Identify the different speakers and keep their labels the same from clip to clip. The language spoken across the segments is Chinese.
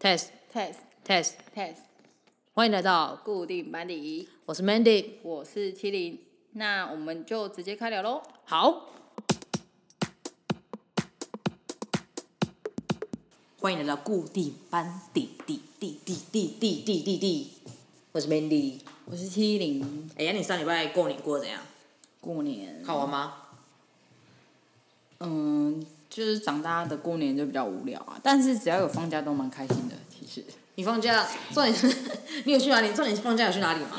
Speaker 1: test
Speaker 2: test
Speaker 1: test，
Speaker 2: test
Speaker 1: 欢迎来到，
Speaker 2: 固定班底，
Speaker 1: 我是 Mandy。
Speaker 2: 我是麒麟，那我们就直接开聊喽。
Speaker 1: 好，欢迎来到固定班底底底底底底底底底，我是 Mandy。
Speaker 2: 我是麒麟，
Speaker 1: 哎呀，你上礼拜过年过得怎样？
Speaker 2: 过年
Speaker 1: 好玩吗？
Speaker 2: 嗯，就是长大的过年就比较无聊啊，但是只要有放假都蛮开心的。其实
Speaker 1: 你放假，重点是 你有去哪里？重点是放假有去哪里吗？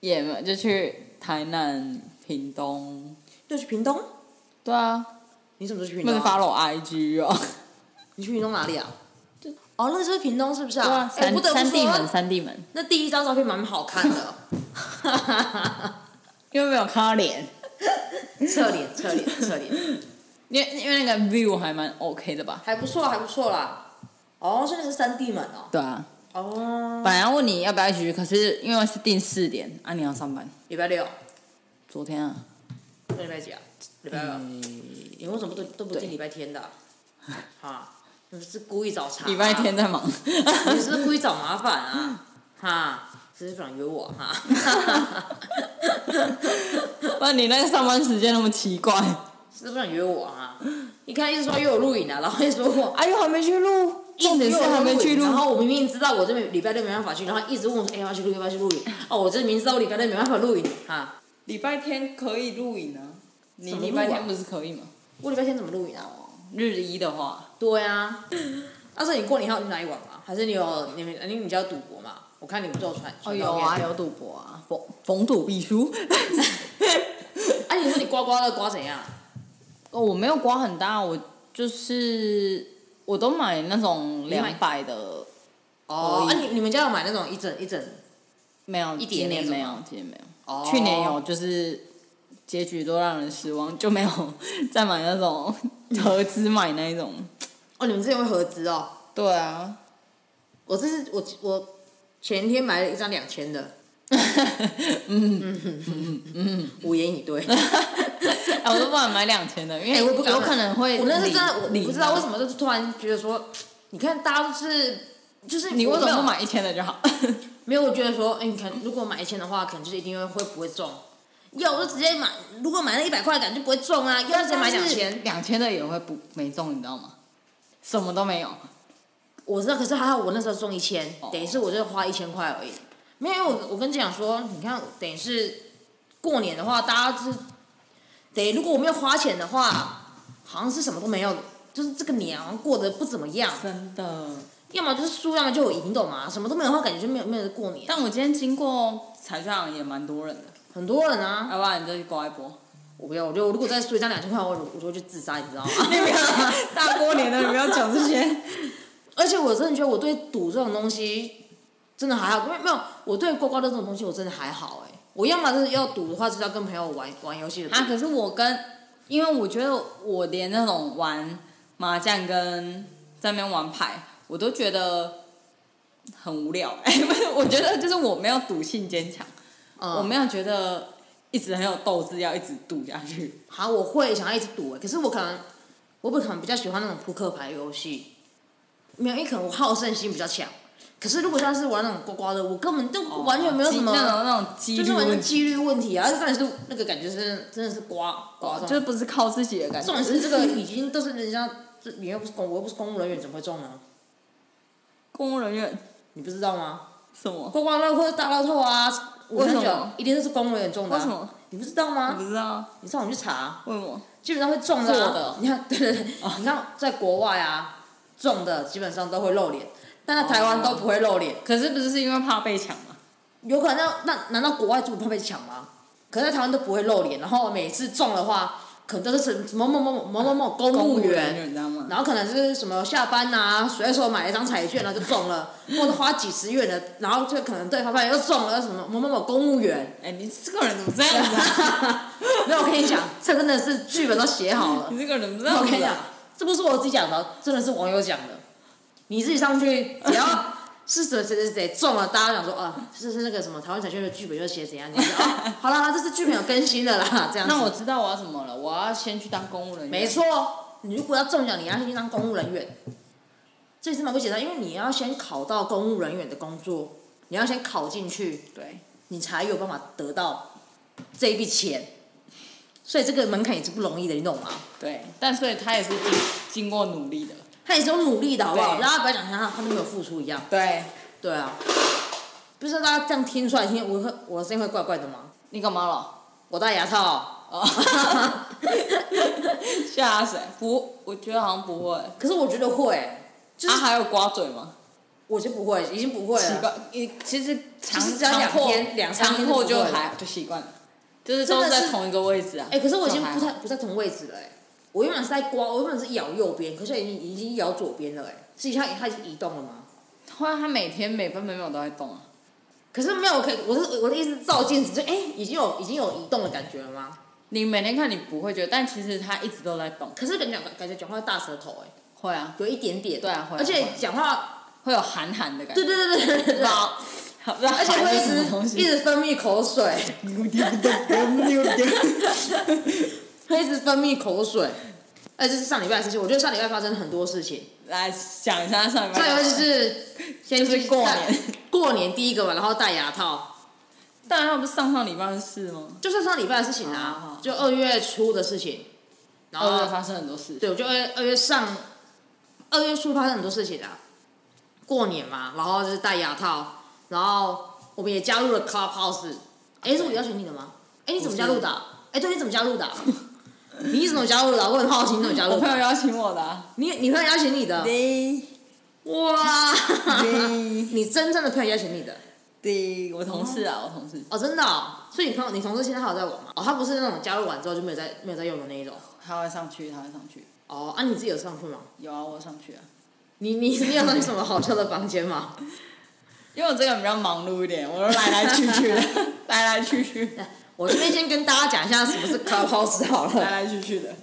Speaker 2: 也没有就去台南、屏东，
Speaker 1: 要去屏东？
Speaker 2: 对啊，
Speaker 1: 你什么时候去
Speaker 2: 不
Speaker 1: 屏东啊、
Speaker 2: 能发了 IG 哦。
Speaker 1: 你去屏东哪里啊？哦，那时候屏东是不是
Speaker 2: 对
Speaker 1: 啊
Speaker 2: 啊，？
Speaker 1: 哎、
Speaker 2: 三
Speaker 1: 不得不
Speaker 2: 三地门，
Speaker 1: 说，
Speaker 2: 三地门，
Speaker 1: 那第一张照片蛮好看的，
Speaker 2: 因为没有看到脸，
Speaker 1: 侧脸， 侧脸，侧脸。
Speaker 2: 因为因为那个 view 还蛮 OK 的吧？
Speaker 1: 还不错，还不错啦。哦，所以那是三 D 门哦。
Speaker 2: 对啊，
Speaker 1: 哦，
Speaker 2: 本来要问你要不要一起去，可是因为是定四点啊，你要上班。
Speaker 1: 礼拜六，
Speaker 2: 昨天啊，
Speaker 1: 那礼拜几啊？礼拜二。你为什么都都不定礼拜天 的啊？哈，你是故意找茬、啊
Speaker 2: 礼拜天， 在忙，
Speaker 1: 你是不是故意找麻烦 啊？哈，只是不想约我啊哈。
Speaker 2: 不然你那个上班时间那么奇怪。
Speaker 1: 是不是不想约我啊哈？一开始说约我录影啊，然后又说我。
Speaker 2: 哎呦，还没去录，重点是还没去
Speaker 1: 然
Speaker 2: 录。
Speaker 1: 后我明明知道我这边礼拜六没办法去，然后一直问我说：“哎、要不要去录影？要不要去录影？”哦，我这明知道我礼拜六没办法录影哈，
Speaker 2: 礼拜天可以录影啊？你
Speaker 1: 怎么录啊
Speaker 2: 礼拜天不是可以吗？
Speaker 1: 我礼拜天怎么录影啊？
Speaker 2: 日一的话，
Speaker 1: 对啊，阿所以你过年还有去哪里玩吗？还是你有你们你们家有赌博嘛？我看你哦们都有传。传照片。
Speaker 2: 哎有赌博啊，逢逢赌必输。
Speaker 1: 哎、你说你刮刮乐刮怎样？
Speaker 2: 哦，我没有刮很大，我就是我都买那种
Speaker 1: 你买
Speaker 2: 两百的，
Speaker 1: 哦，啊
Speaker 2: 可以
Speaker 1: 你你们家有买那种一整一整？
Speaker 2: 没有，
Speaker 1: 一
Speaker 2: 今
Speaker 1: 叠那
Speaker 2: 年
Speaker 1: 种
Speaker 2: 没有，今年没有。
Speaker 1: 哦
Speaker 2: 去年有，就是结局都让人失望，就没有再买那种合资买那 一种。
Speaker 1: 哦，你们之前会合资哦。
Speaker 2: 对啊，
Speaker 1: 我这是我我前天买了一张两千的。 嗯嗯嗯嗯，无言以对。
Speaker 2: 哎、我都不敢买两千的，因
Speaker 1: 哎、
Speaker 2: 为
Speaker 1: 我不敢
Speaker 2: 有
Speaker 1: 买
Speaker 2: 可能会
Speaker 1: 我那是真的，
Speaker 2: 理
Speaker 1: 我
Speaker 2: 理
Speaker 1: 不知道为什
Speaker 2: 嘛。
Speaker 1: 么，就是突然觉得说，你看大家都是，就是
Speaker 2: 你为
Speaker 1: 我
Speaker 2: 什
Speaker 1: 没
Speaker 2: 么
Speaker 1: 有
Speaker 2: 不买一千的就好？
Speaker 1: 没有，我觉得说，哎、你可能如果买一千的话，可能就是一定会会不会中。要我就直接买，如果买了一百块，感觉就不会中啊。要直接买两千，，
Speaker 2: 两千的也会不没中，你知道吗？什么都没有。
Speaker 1: 我知道，可是还好我那时候中一千、
Speaker 2: 哦
Speaker 1: 等于是我就花一千块而已。没有，因为我我跟你讲说，你看，等于是过年的话，大家就是等于如果我没有花钱的话，好像是什么都没有，就是这个年好像过得不怎么样，
Speaker 2: 真的。
Speaker 1: 要么就是输，要么就有赢，你懂吗？什么都没有的话，感觉就没有没有过年。
Speaker 2: 但我今天经过彩票行也蛮多 人的，
Speaker 1: 很多人啊，
Speaker 2: 要不然你再去刮一波。
Speaker 1: 我不要，我就如果再输一张两千块，我我就会去自杀，你知道吗？
Speaker 2: 你不要大过年的，你不要讲这些。
Speaker 1: 而且我真的觉得我对赌这种东西真的还好，因为没有我对刮刮乐这种东西我真的还好哎、我要么就是要赌的话，就是要跟朋友玩玩游戏的赌。
Speaker 2: 啊，可是我跟，因为我觉得我连那种玩麻将跟在那边玩牌，我都觉得很无聊。 哎，不是，我觉得就是我没有赌性坚强，我
Speaker 1: 嗯，
Speaker 2: 没有觉得一直很有斗志，要一直赌下去。
Speaker 1: 好，我会想要一直赌哎、可是我可能我不可能比较喜欢那种扑克牌游戏，没有，因为可能我好胜心比较强。可是如果像是玩那种刮刮乐，我根本就哦完全没有什么，
Speaker 2: 那种那种几
Speaker 1: 就是
Speaker 2: 率
Speaker 1: 完全
Speaker 2: 问题，
Speaker 1: 几率问题啊，而且重点是那个感觉是真的是刮刮中，
Speaker 2: 就是不是靠自己的感觉
Speaker 1: 重。点是这个已经都是人家，这你又不是公，我又不是公务人员，怎么会中呢？
Speaker 2: 公务人员
Speaker 1: 你不知道吗？
Speaker 2: 什么？
Speaker 1: 刮刮乐或者大乐透啊，五
Speaker 2: 哦为什
Speaker 1: 三
Speaker 2: 么
Speaker 1: 九一定都是公务员中的、
Speaker 2: 为
Speaker 1: 啊。
Speaker 2: 什么？
Speaker 1: 你不知道
Speaker 2: 我
Speaker 1: 吗？
Speaker 2: 不知道，
Speaker 1: 你上网去查，
Speaker 2: 为什么？
Speaker 1: 基本上会中的、啊。
Speaker 2: 做的哦
Speaker 1: 你看，对 对对，你看在国外啊，中的基本上都会露脸，但在台
Speaker 2: 哦
Speaker 1: 湾都不会露脸。
Speaker 2: 可是不是是因为怕被抢吗？
Speaker 1: 有可能那那难道国外就不怕被抢吗？可是在台湾都不会露脸，然后每次中的话，可能都是什么某某某某某某公务员。
Speaker 2: 员，你知道吗？
Speaker 1: 然后可能是什么下班呐、随手买了一张彩券，然啊后就中了，或者花几十元的，然后就可能对方发现又中了什么某某某公务员，
Speaker 2: 哎、你这个人怎么这样子啊？
Speaker 1: 没有，我跟你讲，这真的是剧本都写好了。
Speaker 2: 你这个人怎么 这
Speaker 1: 我
Speaker 2: 样
Speaker 1: 跟你
Speaker 2: 子
Speaker 1: 讲
Speaker 2: 啊？，
Speaker 1: 这不是我自己讲的，真的是网友讲的。你自己上去，只要是谁谁谁谁中了，大家讲说啊，是是那个什么台湾彩券的剧本又写怎样怎样。 啊，好啦，这次剧本有更新的啦，这样子。
Speaker 2: 那我知道我要什么了，我要先去当公务人员。
Speaker 1: 没错，你如果要中奖，你要去当公务人员。这也是蛮不简单，因为你要先考到公务人员的工作，你要先考进去，
Speaker 2: 对，
Speaker 1: 你才有办法得到这一笔钱，所以这个门槛也是不容易的，你懂吗？
Speaker 2: 对，但所以他也是经经过努力的。
Speaker 1: 他也是有努力的，好不好？
Speaker 2: 对
Speaker 1: 大家不要讲像他他都没有付出一样，
Speaker 2: 对，
Speaker 1: 对啊。不知道大家这样听出来，听我会我的声音会怪怪的吗？
Speaker 2: 你干嘛了？
Speaker 1: 我戴牙套，
Speaker 2: 哦，吓死！不，我觉得好像不会。
Speaker 1: 可是我觉得会，就
Speaker 2: 他、
Speaker 1: 是
Speaker 2: 还有刮嘴吗？
Speaker 1: 我就不会，已经不会
Speaker 2: 习
Speaker 1: 了。
Speaker 2: 惯，你其实常
Speaker 1: 其实只要两天两三
Speaker 2: 常
Speaker 1: 天就
Speaker 2: 破
Speaker 1: 不会
Speaker 2: 就
Speaker 1: 了
Speaker 2: 还就习惯了，就是
Speaker 1: 真
Speaker 2: 都
Speaker 1: 的是
Speaker 2: 在同一个位置啊。
Speaker 1: 哎、可是我已经
Speaker 2: 就还
Speaker 1: 不
Speaker 2: 好
Speaker 1: 太不在同位置了、哎，我原本是在刮，我原本是咬右边，可是已经已经咬左边了、哎，是它它已经移动了吗？
Speaker 2: 后来他每天每分每秒都在动啊。
Speaker 1: 可是没有，可以我是我的意思，照镜子就哎、已经有已经有移动的感觉了吗？
Speaker 2: 你每天看你不会觉得，但其实他一直都在动。
Speaker 1: 可是感觉感觉讲话大舌头、哎，
Speaker 2: 会啊，
Speaker 1: 有一点点，
Speaker 2: 对啊会啊
Speaker 1: 而
Speaker 2: 会
Speaker 1: 且
Speaker 2: 啊
Speaker 1: 讲话，
Speaker 2: 会有寒寒的感觉。
Speaker 1: 对对对对对对，
Speaker 2: 好，而
Speaker 1: 而 且会
Speaker 2: 什么东
Speaker 1: 一直一
Speaker 2: 西？
Speaker 1: 直分泌口水，会一直分泌口水。哎，这是上礼拜的事情，我觉得上礼拜发生了很多事情。
Speaker 2: 来讲一下上
Speaker 1: 上
Speaker 2: 一
Speaker 1: 礼
Speaker 2: 拜
Speaker 1: 拜就是 先
Speaker 2: 就是
Speaker 1: 去
Speaker 2: 过
Speaker 1: 戴
Speaker 2: 年，
Speaker 1: 过年第一个嘛，然后戴牙套，
Speaker 2: 当然他不是上上礼拜的事吗？
Speaker 1: 就是上礼拜的事情
Speaker 2: 好
Speaker 1: 啊
Speaker 2: 好，
Speaker 1: 就二月初的事情。然
Speaker 2: 哦二月
Speaker 1: 后
Speaker 2: 发生很多事，
Speaker 1: 对，我就二月二月上，二月初发生很多事情啊，过年嘛，然后就是戴牙套，然后我们也加入了 Clubhouse。哎，是我邀请你的吗？哎，你怎么加入的啊？哎，对，你怎么加入的啊？ 你怎么加入的啊？我很好奇你怎么加
Speaker 2: 我
Speaker 1: 入
Speaker 2: 朋
Speaker 1: 的。
Speaker 2: 友邀请我的、啊。
Speaker 1: 你你朋友邀请你的？
Speaker 2: 对
Speaker 1: 哇，
Speaker 2: 对
Speaker 1: 你真正的朋友邀请你的？
Speaker 2: 对，我同事啊，我同事，
Speaker 1: 哦，真的哦、所以你朋友你同事现在还有在玩吗？哦，他不是那种加入完之后就没有再没有再用的那一种。
Speaker 2: 他会上去，他会上去。
Speaker 1: 哦，啊，你自己有上去吗？
Speaker 2: 有啊，我上去啊。
Speaker 1: 你你你有上去什么好笑的房间吗？
Speaker 2: 因为我这个人比较忙碌一点，我都来来去去 的，来来去去，
Speaker 1: 我这边先跟大家讲一下什么是 Clubhouse 好
Speaker 2: 来
Speaker 1: 了。
Speaker 2: 来去去的。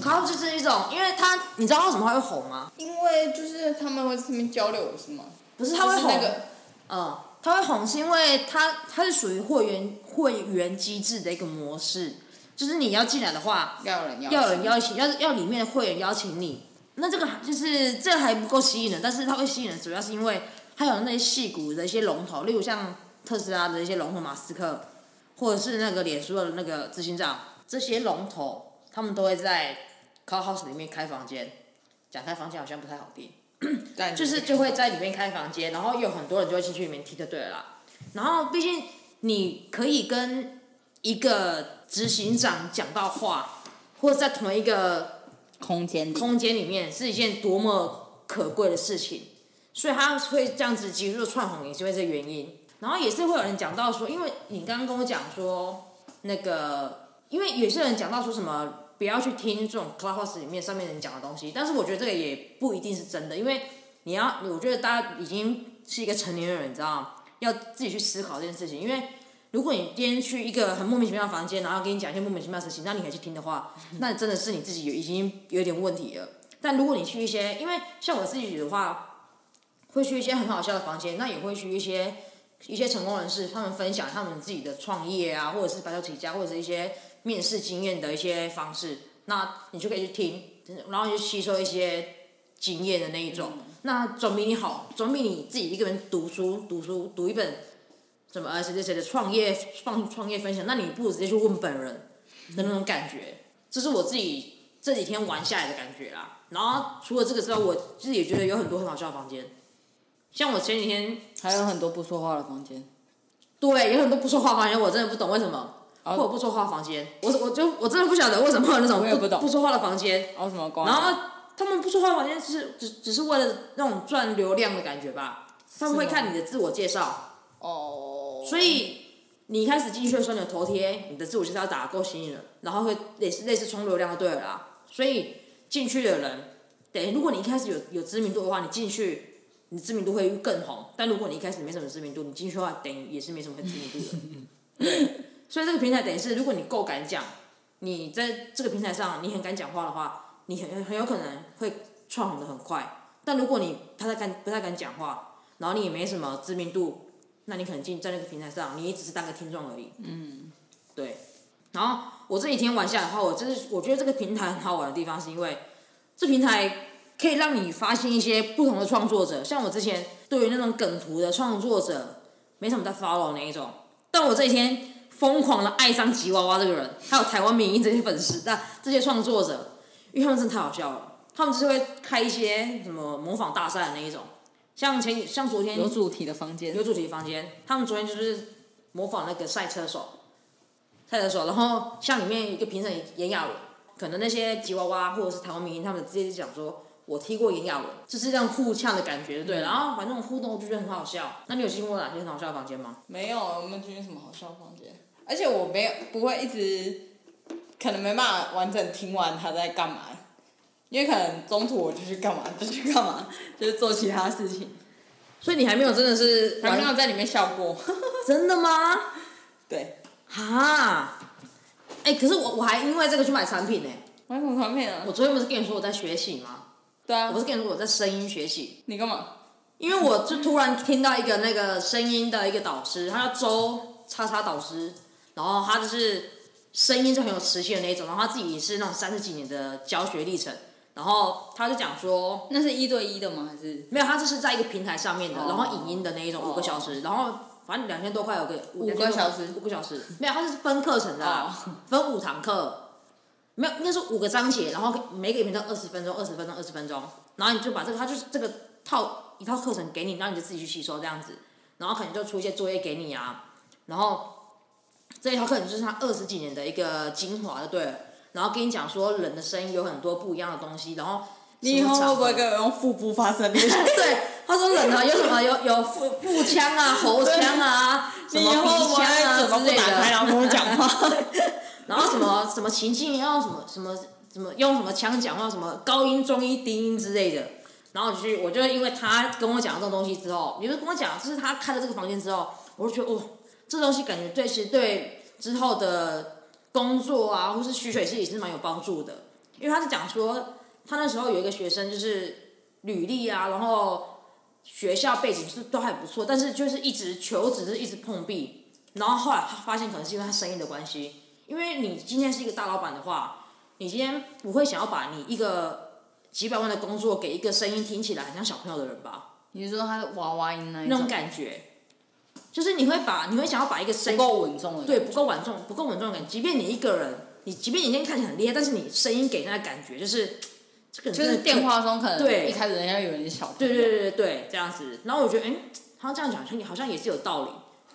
Speaker 1: Clubhouse 就是一种，因为它，你知道为什么它会红吗？
Speaker 2: 因为就是他们会这边交流是吗？
Speaker 1: 不是它会
Speaker 2: 就是
Speaker 1: 红，
Speaker 2: 那个
Speaker 1: 嗯，它会红是因为它它是属于会员会员机制的一个模式，就是你要进来的话，
Speaker 2: 要有人
Speaker 1: 要有
Speaker 2: 人
Speaker 1: 人邀请，要要里面的会员邀请你，那这个还就是这还不够吸引人，但是它会吸引人，主要是因为它有那些戏骨的一些龙头，例如像特斯拉的一些龙头马斯克，或者是那个脸书的那个执行长，这些龙头他们都会在 Clubhouse 里面开房间，讲开房间好像不太好听。
Speaker 2: 但
Speaker 1: 就是就会在里面开房间，然后有很多人就会进去里面踢就对了啦。然后毕竟你可以跟一个执行长讲到话，或者在同一个
Speaker 2: 空间里，
Speaker 1: 空间里面，是一件多么可贵的事情。所以他会这样子急速窜红，也是因为这原因。然后也是会有人讲到说，因为你刚刚跟我讲说那个，因为有些人讲到说什么不要去听这种 Clubhouse 里面上面人讲的东西，但是我觉得这个也不一定是真的，因为你要，我觉得大家已经是一个成年人，你知道吗？要自己去思考这件事情，因为如果你今天去一个很莫名其妙的房间，然后跟你讲一些莫名其妙的事情，那你还去听的话，那真的是你自己有已经有点问题了。但如果你去一些，因为像我自己的话，会去一些很好笑的房间，那也会去一些一些成功人士，他们分享他们自己的创业啊，或者是白手起家，或者是一些面试经验的一些方式，那你就可以去听，然后去吸收一些经验的那一种。那总比你好，总比你自己一个人读书读书读一本什么呃谁谁谁的创业放创业分享，那你不如直接去问本人的那种感觉，这是我自己这几天玩下来的感觉啦。然后除了这个之外，我自己也觉得有很多很好笑的房间，像我前几天
Speaker 2: 还有很多不说话的房间。
Speaker 1: 对有很多不说话房间，我真的不懂为什么。
Speaker 2: 哦
Speaker 1: 或者不说话房间，我我就我真的不晓得为什么会有那种
Speaker 2: 我也不懂
Speaker 1: 不说话的房间，
Speaker 2: 然后哦什么光？
Speaker 1: 然后他们不说话，好像是只只是为了那种赚流量的感觉吧。他们会
Speaker 2: 是哦吗
Speaker 1: 看你的自我介绍，
Speaker 2: 哦，
Speaker 1: 所以你一开始进去的时候，你的头贴、你的自我介绍打得够吸引人，然后会类似类似冲流量就对了啦。所以进去的人，等于如果你一开始有有知名度的话，你进去你知名度会更红。但如果你一开始没什么知名度，你进去的话，等于也是没什么知名度的。对，所以这个平台等于是，如果你够敢讲，你在这个平台上你很敢讲话的话，你很很有可能会窜红的很快。但如果你不太敢不太敢讲话，然后你也没什么知名度，那你可能进在那个平台上，你也只是当个听众而已。嗯，对。然后我这几天玩下来的话，我就是我觉得这个平台很好玩的地方，是因为这平台可以让你发现一些不同的创作者。像我之前对于那种梗图的创作者，没什么在 follow 那一种，但我这几天疯狂的爱上吉娃娃这个人，还有台湾民音这些粉丝，但这些创作者，因为他们真的太好笑了，他们就是会开一些什么模仿大赛的那一种，像前像昨天
Speaker 2: 有主题的房间
Speaker 1: 有，主题房间，他们昨天就是模仿那个赛车手，赛车手，然后像里面有一个评审炎亚纶，可能那些吉娃娃或者是台湾明星，他们直接讲说我踢过炎亚纶，就是这样互呛的感觉，对。
Speaker 2: 嗯
Speaker 1: 然后反正我互动我就觉得很好笑。那你有经过哪些很好笑的房间吗？
Speaker 2: 没有，我们进去什么好笑的房间？而且我没有不会一直，可能没办法完整听完他在干嘛，因为可能中途我就去干嘛，就去干嘛， 就是做其他事情，
Speaker 1: 所以你还没有真的是
Speaker 2: 还没
Speaker 1: 玩
Speaker 2: 有在里面笑过。
Speaker 1: 真的吗？
Speaker 2: 对，
Speaker 1: 哈，哎、可是我我还因为这个去买产品呢、
Speaker 2: 买什么产品啊
Speaker 1: 我？昨天不是跟你说我在学习吗？
Speaker 2: 对
Speaker 1: 我
Speaker 2: 啊
Speaker 1: 不，是跟你说我在声音学习。
Speaker 2: 你干嘛？
Speaker 1: 因为我就突然听到一个那个声音的一个导师，他叫周叉叉导师，然后他就是声音就很有磁性的那一种，然后他自己也是那种三十几年的教学历程，然后他就讲说，
Speaker 2: 那是一对一的吗？还是
Speaker 1: 没有，他就是在一个平台上面的，
Speaker 2: 哦
Speaker 1: 然后影音的那一种
Speaker 2: 哦
Speaker 1: 五个小时，然后反正两千多块有个
Speaker 2: 五个小时
Speaker 1: 五个小时，没有，他是分课程的啊，分五堂课，没有，应该是五个章节，然后每个影片都二十分钟，二十分钟，二十分钟，然后你就把这个，他就是这个套一套课程给你，然后你就自己去吸收这样子，然后可能就出一些作业给你啊，然后这一套课程就是他二十几年的一个精华，就对了。然后跟你讲说，人的声音有很多不一样的东西，然后
Speaker 2: 你以后
Speaker 1: 什么场
Speaker 2: 会不
Speaker 1: 合
Speaker 2: 会跟我用腹部发 声？
Speaker 1: 对，他说冷啊，有什么有有腹腹腔啊、喉腔啊、什
Speaker 2: 你以
Speaker 1: 么
Speaker 2: 后会
Speaker 1: 鼻
Speaker 2: 不
Speaker 1: 腔啊
Speaker 2: 会嘴巴
Speaker 1: 之
Speaker 2: 不
Speaker 1: 类
Speaker 2: 打开然
Speaker 1: 的，
Speaker 2: 后跟我讲话？
Speaker 1: 然后什么什么情境要什么什么什么用什么腔讲话，什么高音、中音、低音之类的。然后我就去，我就因为他跟我讲这种东西之后，也不是跟我讲，就是他开了这个房间之后，我就觉得哦，这东西感觉对其实对之后的工作啊，或是取水系也是蛮有帮助的。因为他是讲说，他那时候有一个学生就是履历啊，然后学校背景是都还不错，但是就是一直求职是一直碰壁，然后后来他发现可能是因为他生意的关系，因为你今天是一个大老板的话，你今天不会想要把你一个几百万的工作给一个声音听起来很像小朋友的人吧？
Speaker 2: 你是说他是娃娃音那一
Speaker 1: 那种感觉，就是你会把你会想要把一个声
Speaker 2: 不
Speaker 1: 音
Speaker 2: 够稳重的？
Speaker 1: 对，不够稳重，不够稳重的感觉。即便你一个人，你即便你今天看起来很厉害，但是你声音给人家的感觉就是这个人
Speaker 2: 就
Speaker 1: 真的
Speaker 2: 是电话中可能
Speaker 1: 对
Speaker 2: 一开始人家以为你是小朋
Speaker 1: 对
Speaker 2: 友
Speaker 1: 对对对对，这样子。然后我觉得，哎、他这样讲，好像好像也是有道理，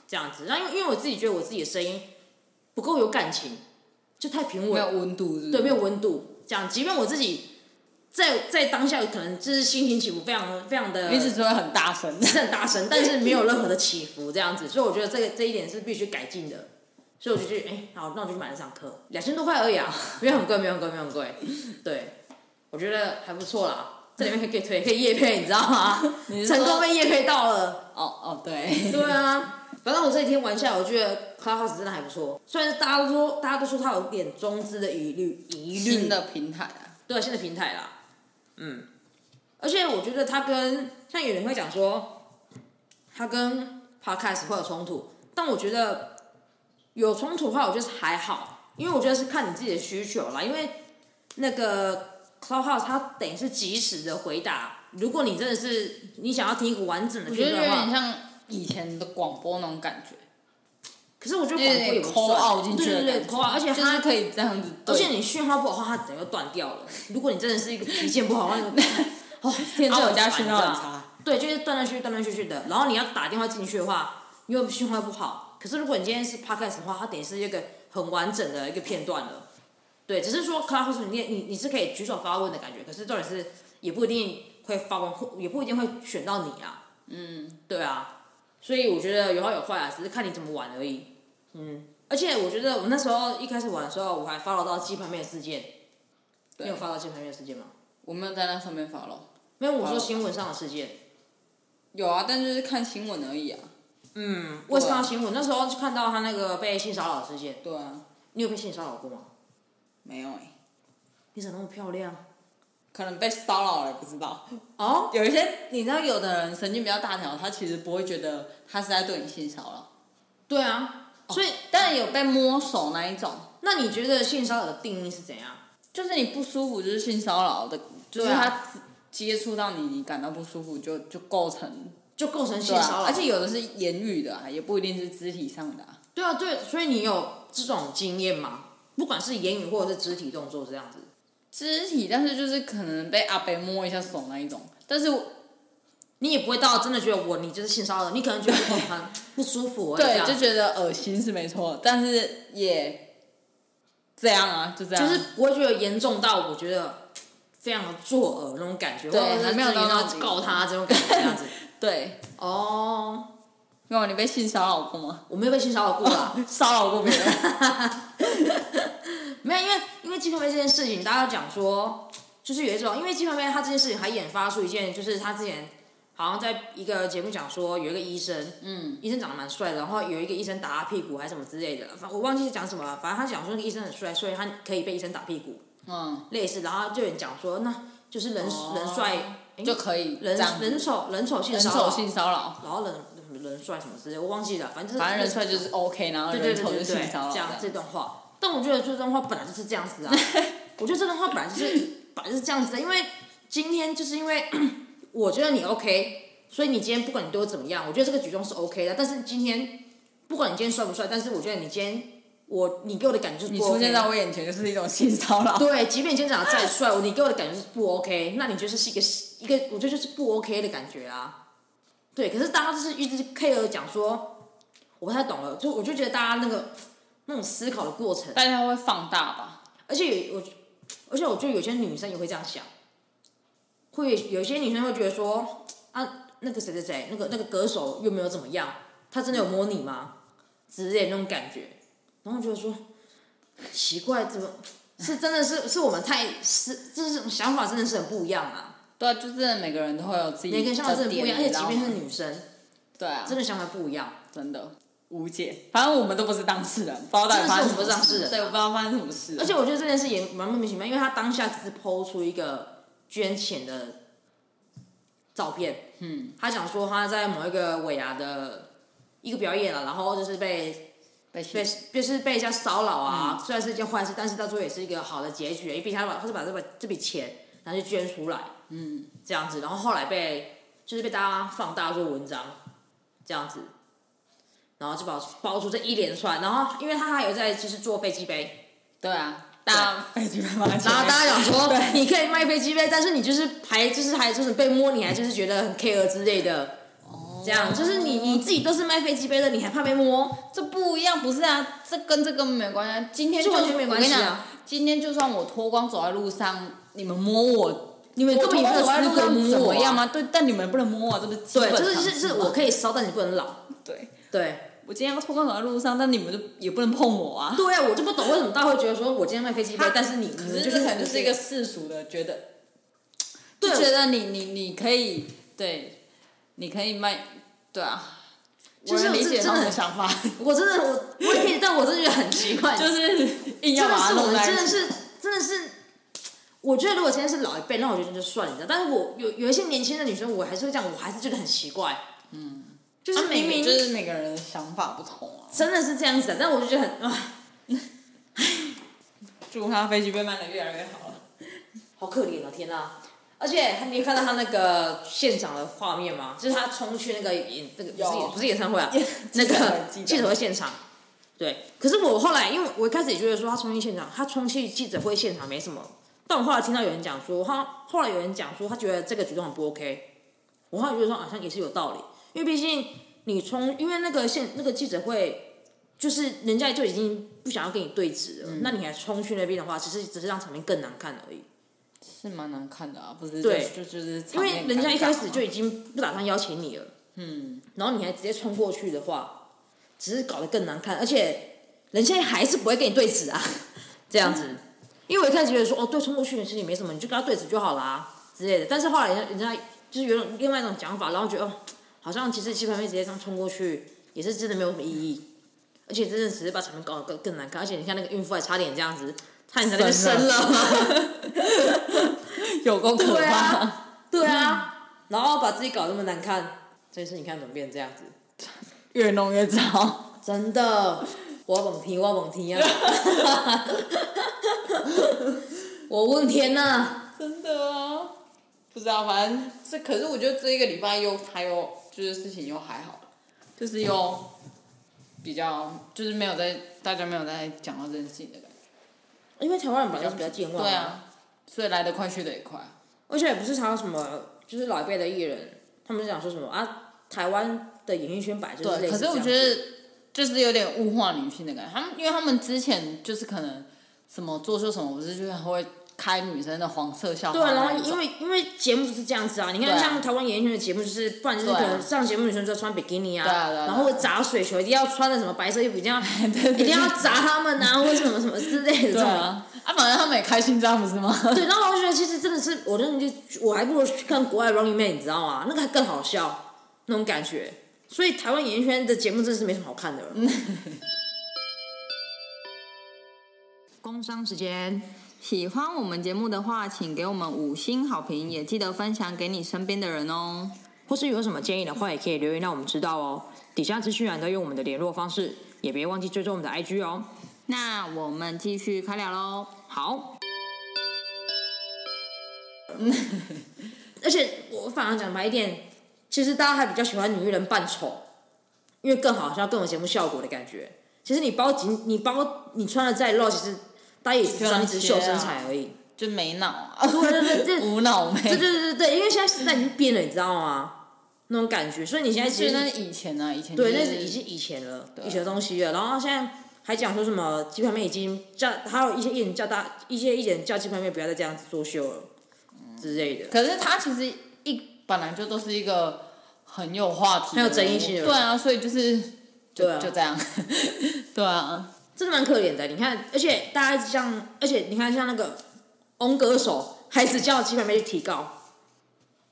Speaker 1: 这样子。然后因为因为我自己觉得我自己的声音不够有感情，就太平
Speaker 2: 没
Speaker 1: 稳
Speaker 2: 有，温度是不
Speaker 1: 对，
Speaker 2: 是？
Speaker 1: 没有温度。这样，即便我自己在在当下可能就是心情起伏非常非常的，
Speaker 2: 你只是会很大声。
Speaker 1: 是很大声，但是没有任何的起伏这样子，所以我觉得这个这一点是必须改进的。所以我就去，哎、好，那我就去买了上课，两千多块而已啊，没有很贵，没有很贵，没有很贵。对，我觉得还不错啦，这里面可以可以推，可以夜配，你知道吗？
Speaker 2: 你是
Speaker 1: 成功
Speaker 2: 说
Speaker 1: 被夜配到了。
Speaker 2: 哦哦对，
Speaker 1: 对啊，反正我这几天玩下来，我觉得 Clubhouse 真的还不错。虽然大家都说大家都说它有点中资的疑虑，疑虑
Speaker 2: 新的平台 啊，
Speaker 1: 对新的平台啦，嗯，而且我觉得它跟像有人会讲说，它跟 podcast 会有冲突，但我觉得有冲突的话，我觉得还好，因为我觉得是看你自己的需求啦，因为那个 Clubhouse 它等于是及时的回答，如果你真的是你想要听一个完整的
Speaker 2: 我
Speaker 1: 片
Speaker 2: 觉得有
Speaker 1: 段的话，
Speaker 2: 点像以前的广播那种感觉，
Speaker 1: 可是我觉得
Speaker 2: 有
Speaker 1: 广播也
Speaker 2: 点
Speaker 1: 不
Speaker 2: 抠
Speaker 1: 算
Speaker 2: 凹进去
Speaker 1: 对
Speaker 2: 的
Speaker 1: 对对
Speaker 2: 感觉，
Speaker 1: 抠凹，而且
Speaker 2: 就
Speaker 1: 它
Speaker 2: 是可以这样子
Speaker 1: 而且
Speaker 2: 对。
Speaker 1: 你讯号不好的话，它整个断掉了。如果你真的是一个脾气不好，那 个哦，天
Speaker 2: 啊，
Speaker 1: 这
Speaker 2: 我家讯号很
Speaker 1: 差。
Speaker 2: 差，
Speaker 1: 对，就是断断续续、断断续续的。然后你要打电话进去的话，因为讯号不好。可是如果你今天是 podcast 的话，它等于是一个很完整的一个片段了。对，只是说 Clubhouse 里面你你是可以举手发问的感觉，可是重点是也不一定会发问，或也不一定会选到你啊。嗯，对啊，所以我觉得有好有坏啊，只是看你怎么玩而已。嗯，而且我觉得我那时候一开始玩的时候，我还发 w 到鸡排妹的事件。你
Speaker 2: 对
Speaker 1: 有发到鸡排妹的事件吗？
Speaker 2: 我没有在那上面发咯。
Speaker 1: 没有，我说
Speaker 2: follow
Speaker 1: 新闻上的事件。
Speaker 2: 有啊，但就是看新闻而已啊。
Speaker 1: 嗯，我也是看到新闻，那时候就看到他那个被性骚扰事件。
Speaker 2: 对啊，
Speaker 1: 你有被性骚扰过吗？
Speaker 2: 没有哎、
Speaker 1: 你怎么那么漂亮？
Speaker 2: 可能被骚扰了，不知道。
Speaker 1: 哦，
Speaker 2: 有一些你知道，有的人神经比较大条，他其实不会觉得他是在对你性骚扰，
Speaker 1: 对啊，所以
Speaker 2: 但有被摸手那一种，
Speaker 1: 那你觉得性骚扰的定义是怎样？
Speaker 2: 就是你不舒服就是性骚扰的，就是
Speaker 1: 对
Speaker 2: 他、
Speaker 1: 啊
Speaker 2: 接触到你，你感到不舒服，就就构成
Speaker 1: 就构成性
Speaker 2: 对
Speaker 1: 骚
Speaker 2: 啊
Speaker 1: 扰。，
Speaker 2: 而且有的是言语的、啊，也不一定是肢体上的、啊。
Speaker 1: 对啊，对，所以你有这种经验吗？不管是言语或者是肢体动作这样子，
Speaker 2: 肢体，但是就是可能被阿北摸一下手那一种，但是
Speaker 1: 你也不会到真的觉得我你就是性骚扰，你可能觉得我 很不舒服，我就这
Speaker 2: 对
Speaker 1: 样
Speaker 2: 就觉得恶心是没错，但是也这样啊，就这样，
Speaker 1: 就是不会觉得严重到我觉得非常的作恶那种感觉，
Speaker 2: 对
Speaker 1: 或者是
Speaker 2: 还没有到那
Speaker 1: 要
Speaker 2: 种地步
Speaker 1: 告他这种感觉这样 子。
Speaker 2: 对。
Speaker 1: 哦，
Speaker 2: 那么你被性骚扰 过吗？啊
Speaker 1: 我没有被性骚扰过啦，
Speaker 2: 骚扰过别人？
Speaker 1: 没有，因为因为鸡排妹这件事情，大家讲说，就是有一种，因为鸡排妹她这件事情还引发出一件，就是她之前好像在一个节目讲说，有一个医生，嗯，医生长得蛮帅的，然后有一个医生打他屁股还是什么之类的，反我忘记讲什么了，反正他讲说那个医生很帅，所以他可以被医生打屁股，
Speaker 2: 嗯，
Speaker 1: 类似，然后就有人讲说，那就是人、
Speaker 2: 哦
Speaker 1: 人帅，诶
Speaker 2: 就可以这
Speaker 1: 人
Speaker 2: 样
Speaker 1: 人丑人丑性
Speaker 2: 人
Speaker 1: 骚
Speaker 2: 丑
Speaker 1: 扰，
Speaker 2: 性骚扰，
Speaker 1: 然后人人帅什么之类的，我忘记了，反正就是
Speaker 2: 反正人帅就是 OK，然后
Speaker 1: 对对
Speaker 2: 人
Speaker 1: 对
Speaker 2: 丑就
Speaker 1: 对
Speaker 2: 是性
Speaker 1: 对，
Speaker 2: 骚扰
Speaker 1: 这
Speaker 2: 这
Speaker 1: 样
Speaker 2: 样。
Speaker 1: 这段话。但我觉得这段话本来就是这样 子啊，我觉得这段话本来就是本来就是这样子的，啊因为今天就是因为我觉得你 OK，所以你今天不管你对我怎么样，我觉得这个举动是 OK 的。但是今天不管你今天帅不帅，但是我觉得你今天我你给我的感觉就是
Speaker 2: 你
Speaker 1: 不 OK
Speaker 2: 出现在我眼前就是一种性骚扰。
Speaker 1: 对，即便你今天长得再帅，我你给我的感觉是不 OK，那你就是一个一个，我觉得就是不 OK 的感觉啊。对，可是大家就是一直 care 讲说，我不太懂了，就我就觉得大家那个那种思考的过程，
Speaker 2: 大家会放大吧？
Speaker 1: 而且有我，而且我觉得有些女生也会这样想，会有些女生会觉得说，啊，那个谁谁谁，那个那个歌手又没有怎么样，他真的有摸你吗？之类的那种感觉，然后觉得说，奇怪，怎么是真的是是我们太是这种想法真的是很不一样啊，
Speaker 2: 对啊，就真的每个人都会有自己
Speaker 1: 每个人想法真
Speaker 2: 的
Speaker 1: 的
Speaker 2: 点，
Speaker 1: 不一样，而且
Speaker 2: 你知道
Speaker 1: 即便
Speaker 2: 吗
Speaker 1: 是女生，
Speaker 2: 对啊，
Speaker 1: 真的想法不一样。
Speaker 2: 真的无解。反正我们都不是当事人，不知道到底发生什
Speaker 1: 真的
Speaker 2: 么
Speaker 1: 是我们不是当事人啊
Speaker 2: 对，我不知道发生什么事了。
Speaker 1: 而且我觉得这件事也蛮莫名其妙，因为他当下只是抛出一个捐钱的照片，嗯，他讲说他在某一个尾牙的一个表演啊，然后就是被
Speaker 2: 被
Speaker 1: 被就是被人家骚扰啊，虽然是一件坏事，但是到最后也是一个好的结局，因为毕竟他把他是把这把这笔钱拿去捐出来，嗯，这样子，然后后来被就是被大家放大做文章，这样子。然后就爆爆出这一连串，然后因为他还有在就是做飞机杯，
Speaker 2: 对啊，大家被举报然
Speaker 1: 然后大家讲说，
Speaker 2: 对
Speaker 1: 你可以卖飞机杯，但是你就是还就是还就是被摸，你还就是觉得很 care 之类的。
Speaker 2: 哦
Speaker 1: 这样就是你你自己都是卖飞机杯的，你还怕被摸？
Speaker 2: 这不一样，不是啊，这跟这个没关系啊。今天就
Speaker 1: 这完全没关系啊
Speaker 2: 我跟你讲今天就算我脱光走在路上，你们摸我，
Speaker 1: 你们根本也没有资格摸
Speaker 2: 怎
Speaker 1: 我
Speaker 2: 么样
Speaker 1: 啊！
Speaker 2: 吗？对，但你们不能摸我，这不是基
Speaker 1: 对，
Speaker 2: 本
Speaker 1: 就是
Speaker 2: 常
Speaker 1: 是
Speaker 2: 识
Speaker 1: 是，
Speaker 2: 吗
Speaker 1: 我可以烧，但你不能老。
Speaker 2: 对。
Speaker 1: 对
Speaker 2: 我今天要脱光走在路上，但你们就也不能碰我啊。
Speaker 1: 对啊，我就不懂为什么大家会觉得说我今天卖飞机杯
Speaker 2: 他，
Speaker 1: 但是你
Speaker 2: 可
Speaker 1: 你们
Speaker 2: 是
Speaker 1: 就
Speaker 2: 这
Speaker 1: 是
Speaker 2: 可能就是一个世俗的，觉得
Speaker 1: 对
Speaker 2: 就觉得你你你可以对，你可以卖，对啊，
Speaker 1: 就是
Speaker 2: 我能理解
Speaker 1: 这
Speaker 2: 他们的
Speaker 1: 真
Speaker 2: 想法，
Speaker 1: 我真的我我也可以，但我真的觉得很奇怪，
Speaker 2: 就是硬要
Speaker 1: 真的
Speaker 2: 把它
Speaker 1: 是我
Speaker 2: 弄
Speaker 1: 们
Speaker 2: 在
Speaker 1: 真
Speaker 2: 一
Speaker 1: 的
Speaker 2: 起。
Speaker 1: 是真的是，我觉得如果今天是老一辈，那我觉得就算了。但是我有有一些年轻的女生，我还是会这样，我还是觉得很奇怪。嗯，就
Speaker 2: 就是是
Speaker 1: 明
Speaker 2: 每
Speaker 1: 明
Speaker 2: 个啊就是每个人的想法不同啊。
Speaker 1: 真的是这样子的，但我就觉得很啊，
Speaker 2: 祝他飞机被卖的越来越好了。
Speaker 1: 好可怜哦，天呐！而且你有看到他那个现场的画面吗？就是他冲去那个演那个不是
Speaker 2: 有
Speaker 1: 演不是演唱会啊
Speaker 2: 演，
Speaker 1: 那
Speaker 2: 记者
Speaker 1: 个
Speaker 2: 会记者会
Speaker 1: 记者会现场。对，可是我后来，因为我一开始也觉得说他冲进现场，他冲去记者会现场没什么，但我后来听到有人讲说，他后来有人讲说他觉得这个举动很不 OK，我后来觉得说好像也是有道理，因为毕竟你冲，因为那个现那个记者会，就是人家就已经不想要跟你对峙
Speaker 2: 嗯
Speaker 1: 了，那你还冲去那边的话，其实只是让场面更难看而已。
Speaker 2: 是蛮难看的啊，不是？
Speaker 1: 对
Speaker 2: 就就是
Speaker 1: 因
Speaker 2: 场面
Speaker 1: 为人家一开始就
Speaker 2: 尴尬嘛
Speaker 1: 已经不打算邀请你了，嗯，然后你还直接冲过去的话，只是搞得更难看，而且人家还是不会跟你对峙啊， 这样子。因为我一开始觉得说，哦，对，冲过去其实也没什么，你就跟他对峙就好啦之类的。但是后来人家人家就是有种另外一种讲法，然后觉得哦，好像其实基本上直接这样冲过去也是真的没有什么意义，而且真的只是把场面搞得更更难看。而且你看那个孕妇还差点这样子，差点在那边
Speaker 2: 生
Speaker 1: 生
Speaker 2: 了
Speaker 1: 了。
Speaker 2: 有够可
Speaker 1: 对
Speaker 2: 怕。
Speaker 1: 啊，对啊， 然后把自己搞那么难看，这次你看怎么变这样子？
Speaker 2: 越弄越糟。
Speaker 1: 真的，我猛踢，我猛踢啊！ 我问天呐、
Speaker 2: 真的啊，不知道，反正这可是我觉得这一个礼拜又他又就是事情又还好，就是又比较就是没有在大家没有在讲到这件事情的感觉。
Speaker 1: 因为台湾人本来就比较健忘，
Speaker 2: 对，啊，所以来得快去得也快。啊
Speaker 1: 而且也不是常有什么，就是老一辈的艺人，他们讲说什么啊，台湾的演艺圈本来就是类
Speaker 2: 对，可
Speaker 1: 似这
Speaker 2: 是
Speaker 1: 样
Speaker 2: 我
Speaker 1: 子
Speaker 2: 觉得就是有点物化女性的感觉。他们因为他们之前就是可能什么作秀什么，不是就是会开女生的黄色笑话
Speaker 1: 对啊，
Speaker 2: 哦那
Speaker 1: 然
Speaker 2: 一种。
Speaker 1: 后因为因为节目就是这样子啊，你
Speaker 2: 对
Speaker 1: 看
Speaker 2: 啊
Speaker 1: 像台湾演艺圈的节目，就是不然就是
Speaker 2: 对
Speaker 1: 可
Speaker 2: 啊
Speaker 1: 能上节目女生就要穿比基尼啊，
Speaker 2: 对啊对啊
Speaker 1: 然后砸水球一定要穿的什么白色衣服，一定 要一定要砸他们啊，或者什么什么之类的这种。
Speaker 2: 对啊，啊，反正他们也开心，这样不是吗？
Speaker 1: 对，然后我就觉得其实真的是，我真的就我还不如去看国外 Running Man，你知道吗？那个还更好笑那种感觉。所以台湾演艺圈的节目真的是没什么好看的 了。工商时间，
Speaker 2: 喜欢我们节目的话，请给我们五星好评，也记得分享给你身边的人哦。
Speaker 1: 或是有什么建议的话，也可以留言让我们知道哦。底下资讯栏都有我们的联络方式，也别忘记追踪我们的 IG 哦。
Speaker 2: 那我们继续开聊喽。
Speaker 1: 好。 而且我反而讲白一点，其实大家还比较喜欢女艺人扮丑，因为更好笑，更有节目效果的感觉。其实你包紧，你包你穿的再露，其实大家也只是想一直秀身材而已。
Speaker 2: 就没脑啊，
Speaker 1: 对对对对
Speaker 2: 无脑妹。
Speaker 1: 对对对对对，因为现在时代已经变了，你知道吗？那种感觉，嗯所以你现在其
Speaker 2: 是
Speaker 1: 实
Speaker 2: 那是以前啊呢、以前、就
Speaker 1: 对，
Speaker 2: 是、
Speaker 1: 那是已经以前了，以前的东西了。然后现在还讲说什么鸡排妹已经叫，还有一些艺人叫大，一些艺人叫鸡排妹不要再这样子作秀了、
Speaker 2: 嗯
Speaker 1: 之类的。
Speaker 2: 可是他其实一本来就都是一个很有话题的
Speaker 1: 很有
Speaker 2: 人物、
Speaker 1: 争议性的人
Speaker 2: 对啊，所以就是就
Speaker 1: 对啊
Speaker 2: 就这样， 对啊，
Speaker 1: 真的蛮可怜的。你看，而且大家像，而且你看像那个翁歌手，还只叫鸡排妹去提告，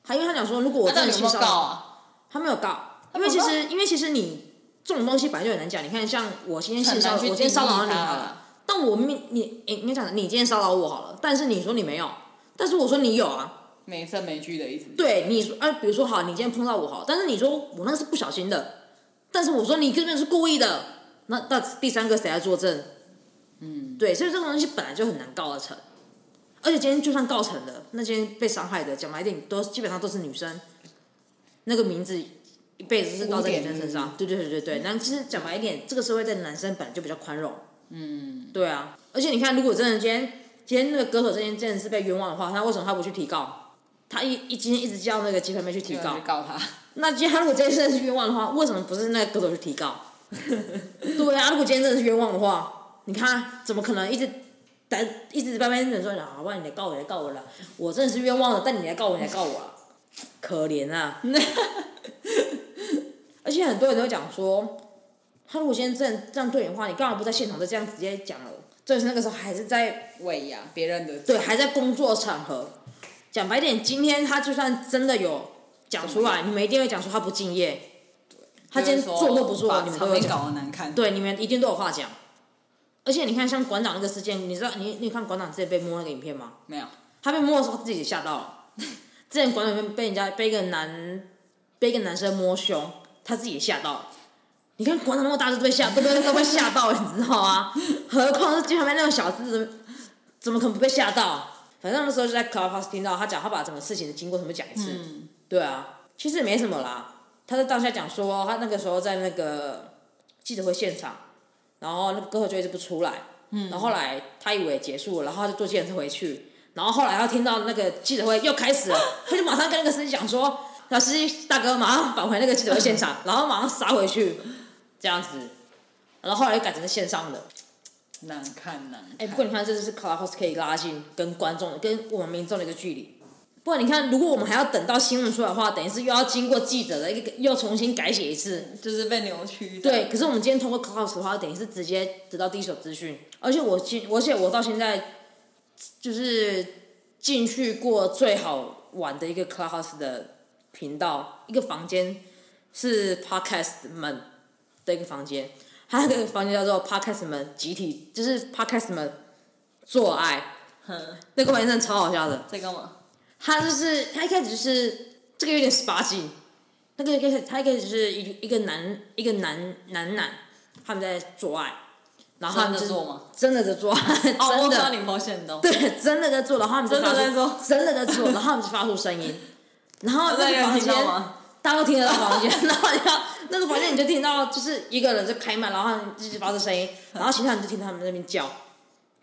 Speaker 1: 还因为他讲说，如果我
Speaker 2: 那
Speaker 1: 真
Speaker 2: 到
Speaker 1: 的
Speaker 2: 底
Speaker 1: 性
Speaker 2: 有没有
Speaker 1: 骚
Speaker 2: 告
Speaker 1: 扰，
Speaker 2: 啊？
Speaker 1: 他没有告，因为
Speaker 2: 没
Speaker 1: 其
Speaker 2: 有
Speaker 1: 实因为其实你这种东西本来就很难讲。你看，像我今天性
Speaker 2: 很
Speaker 1: 骚
Speaker 2: 难
Speaker 1: 扰，
Speaker 2: 去
Speaker 1: 我今天骚扰了你
Speaker 2: 定义它
Speaker 1: 好了，但我明你诶应该讲你今天骚扰我好了，但是你说你没有，但是我说你有啊。
Speaker 2: 没证没据的意思。
Speaker 1: 对，你说啊，比如说好，你今天碰到我好，但是你说我那个是不小心的，但是我说你根本是故意的，那到底第三个谁来作证？嗯，对，所以这种东西本来就很难告得成，而且今天就算告成了，那今天被伤害的讲白一点，都基本上都是女生，那个名字一辈子是到在女生身上，对对对对对。那其实讲白一点，这个社会在男生本来就比较宽容，嗯，对啊。而且你看，如果真的今天今天那个歌手这件真的是被冤枉的话，他为什么他不去提告？他一一今天一直叫那个鸡排妹去提
Speaker 2: 没有
Speaker 1: 告
Speaker 2: 人，啊去告他，
Speaker 1: 那今天他如果今天真的是冤枉的话，为什么不是那个歌手去提告？对啊，如果今天真的是冤枉的话，你看怎么可能一直等一直在那边等说，好吧，你来告我，你来告我了，我真的是冤枉了，但你来告我，你来告我啊，可怜啊！而且很多人都讲说，他如果今天真的这样对你的话，你干嘛不在现场就这样直接讲了？就是那个时候还是在
Speaker 2: 喂呀，别人的
Speaker 1: 对，还在工作场合。讲白点，今天他就算真的有讲出来，你们一定会讲说他不敬业，他今天
Speaker 2: 就是说
Speaker 1: 做或不做
Speaker 2: 把
Speaker 1: 你们都
Speaker 2: 场
Speaker 1: 有
Speaker 2: 面
Speaker 1: 讲
Speaker 2: 搞得难看。
Speaker 1: 对，你们一定都有话讲。而且你看，像馆长那个事件，你知道你你有看馆长之前被摸那个影片吗？
Speaker 2: 没有，
Speaker 1: 他被摸的时候他自己也吓到 了。之前馆长被被人家被一个男被一个男生摸胸，他自己也吓到了。你看馆长那么大只都被吓，都被 都被吓到了，你知道吗？何况是街旁边那种小只，怎么怎么可能不被吓到？反正那时候就在 Clubhouse 听到他讲，他把整个事情的经过什么讲一次。对啊，其实也没什么啦。他在当下讲说，他那个时候在那个记者会现场，然后那个歌手就一直不出来。嗯。然后后来他以为结束了，然后他就坐计程车回去。然后后来他听到那个记者会又开始了， 他就马上跟那个司机讲说：“老司机大哥，马上返回那个记者会现场，然后马上杀回去，这样子。”然后后来又改成是线上的。
Speaker 2: 难看难看。
Speaker 1: 哎、不过你看，这就是 Clubhouse 可以拉近跟观众、跟我们民众的一个距离。不然你看，如果我们还要等到新闻出来的话，等于是又要经过记者的一个又重新改写一次。
Speaker 2: 就是被扭曲。
Speaker 1: 对，，可是我们今天通过 Clubhouse 的话，等于是直接得到第一手资讯。而且我进，而且我到现在就是进去过最好玩的一个 Clubhouse 的频道，一个房间是 Podcast 们的一个房间，它那个房间叫做 Podcast 们集体，就是 Podcast 们做爱。
Speaker 2: 哼，
Speaker 1: 那个玩意真的超好笑的。
Speaker 2: 在干嘛？
Speaker 1: 他就是他一开始就是这个有点十八禁，那个一开始他一开始就是一一个男一个男男男他们在做爱，然后他们
Speaker 2: 真的
Speaker 1: 就
Speaker 2: 做吗？
Speaker 1: 真的在做，真
Speaker 2: 哦，我看到
Speaker 1: 的
Speaker 2: 你抛线动，
Speaker 1: 对，真的在做，然后他们就
Speaker 2: 真的
Speaker 1: 发出
Speaker 2: 在做
Speaker 1: 真的在做，然后他们就发出声音，然后那
Speaker 2: 大家
Speaker 1: 个
Speaker 2: 有
Speaker 1: 房
Speaker 2: 听到
Speaker 1: 间
Speaker 2: 吗？
Speaker 1: 大家都听得到房间，然后你知道那个房间你就听到就是一个人就开门，然后一直发出声音，然后其他人就听他们在那边叫，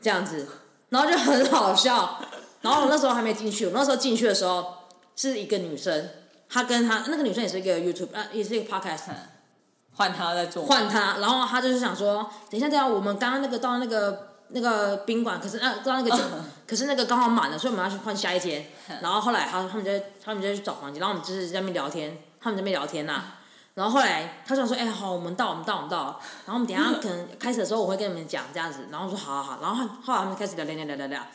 Speaker 1: 这样子，然后就很好笑。然后我那时候还没进去，我那时候进去的时候是一个女生，她跟她那个女生也是一个 YouTube 啊，也是一个 Podcast，
Speaker 2: 换他在做吗，
Speaker 1: 换她，然后她就是想说，等一下，等一下，我们刚刚那个到那个。那个宾馆，可是啊，到那个酒，可是那个刚好满了，所以我们要去换下一间。然后后来他他们就他们就去找房间，然后我们就是在那边聊天，他们在那边聊天呐、然后后来他就想说，哎、好，我们到，我们到，我们到。然后我们等一下可能开始的时候我会跟你们讲这样子，然后我说好啊好好。然后后来他们开始聊聊聊聊聊聊，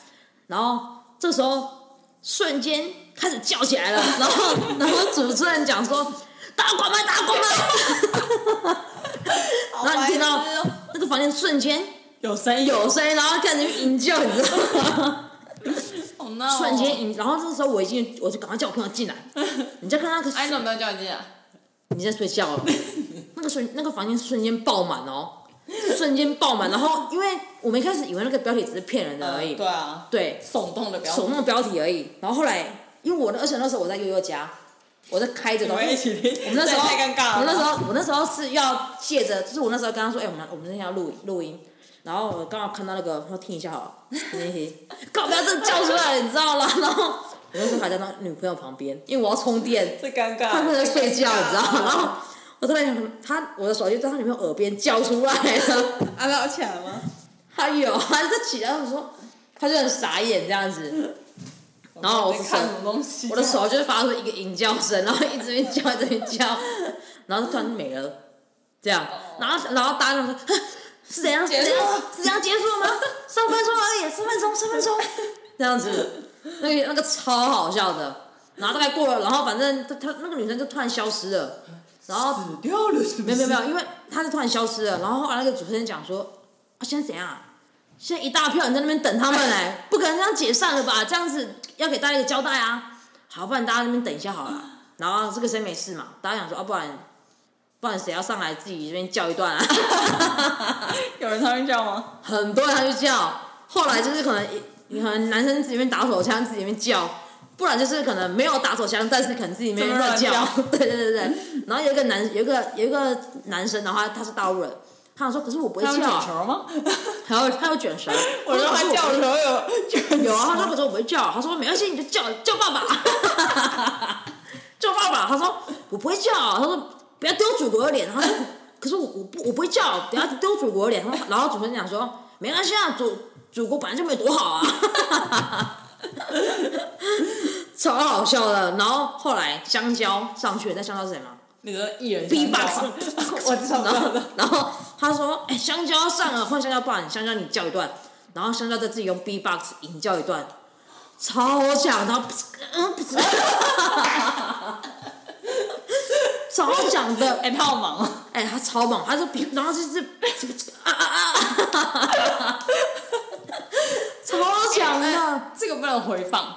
Speaker 1: 然后这时候瞬间开始叫起来了，然后 然后主持人讲说，打广告，打广告。然后你听到
Speaker 2: 好白痴哦
Speaker 1: 那个房间瞬间
Speaker 2: 有声音，
Speaker 1: 有声音，然后开始营救，你知道吗？
Speaker 2: 好闹哦
Speaker 1: 瞬 间，引，然后这时候我已经，我就赶快叫我朋友进来，你再看那个
Speaker 2: 哎，你怎么没有叫你进来？
Speaker 1: 你在睡觉了。哦 那个瞬那个房间瞬间爆满哦，瞬间爆满。然后因为我们一开始以为那个标题只是骗人的而已，
Speaker 2: 嗯对啊，
Speaker 1: 对，
Speaker 2: 耸动的表
Speaker 1: 手
Speaker 2: 情，
Speaker 1: 动的标题而已。然后后来，因为我的，而且那时候我在悠悠家，我在开着
Speaker 2: 你
Speaker 1: 的，
Speaker 2: 们一起听，
Speaker 1: 我们那时候，
Speaker 2: 这也太尴尬
Speaker 1: 我
Speaker 2: 了吧。
Speaker 1: 那时候，我那时候是要借着，就是我那时候跟他说，哎、我们我们那天要录录音，然后我刚好看到那个，说听一下 好了，嘿嘿，搞不要真的叫出来了，你知道吗？然后我那时候还在那女朋友旁边，因为我要充电，
Speaker 2: 最尴尬，
Speaker 1: 她会在睡觉，你知道吗？然后
Speaker 2: 吗？
Speaker 1: 我突然想，他我的手机在他女朋友耳边叫出来了，
Speaker 2: 啊，那我起来了吗？
Speaker 1: 他有，他就起来，我说，他就很傻眼这样子，然后我
Speaker 2: 在
Speaker 1: 是
Speaker 2: 看什么东西？
Speaker 1: 我的手就发出一个吟叫声，然后一直在叫，一直在叫，然后突然没了，这样，然后然后大家就说哼是怎样是
Speaker 2: 哦结
Speaker 1: 怎
Speaker 2: 束
Speaker 1: 样
Speaker 2: 了
Speaker 1: 是怎样结束了吗？三分钟而已，三分钟，三分钟， 这样子，那个那个超好笑的，然后大概过了，然后反正她她那个女生就突然消失了，然后
Speaker 2: 死掉了，是不
Speaker 1: 没
Speaker 2: 是？
Speaker 1: 有没有没有，因为他是突然消失了，然后后来那个主持人讲说，啊，现在怎样、啊？现在一大票人在那边等他们嘞、 不可能这样解散了吧？这样子要给大家一个交代啊！好，不然大家在那边等一下好了。然后这个谁没事嘛？大家想说啊，不然不然谁要上来自己这边叫一段啊？
Speaker 2: 有人上去叫吗？
Speaker 1: 很多人他就叫，后来就是可能你可能男生自己在那边打手枪，自己在那边叫，不然就是可能没有打手枪，但是可能自己没人乱叫
Speaker 2: 自己 乱。
Speaker 1: 对对 对对。然后有一个男有一个有一个男生，然后他他是大陆人，他想说可是我不会
Speaker 2: 他有
Speaker 1: 叫
Speaker 2: 卷
Speaker 1: 啊，
Speaker 2: 球吗？
Speaker 1: 还有他有卷舌，
Speaker 2: 我说他叫的时候有卷
Speaker 1: 有啊，他说可是我不会叫，他说没关系，你就叫叫爸爸，叫爸 爸。他说我不会叫，他说不要丢祖国的脸。他说可是我我不我不会叫，不要丢祖国的脸。他说然后主持人讲说没关系啊，祖祖国本来就没有多好啊， 超好笑的。然后后来香蕉上去了，你知道香蕉是谁吗？
Speaker 2: 你说艺人
Speaker 1: B
Speaker 2: 想
Speaker 1: box，
Speaker 2: 叫吗我知道我
Speaker 1: 然
Speaker 2: 知道
Speaker 1: 后
Speaker 2: 我知道
Speaker 1: 然后他说：“哎、香蕉上了，换香蕉，不然香蕉你叫一段。”然后香蕉再自己用 B box 引叫一段，超强，然后嗯， 超强的，
Speaker 2: 哎，他好忙哦，
Speaker 1: 哎、他超猛，他说比，然后就是 啊啊啊，超强啊的，
Speaker 2: 哎这个不能回放，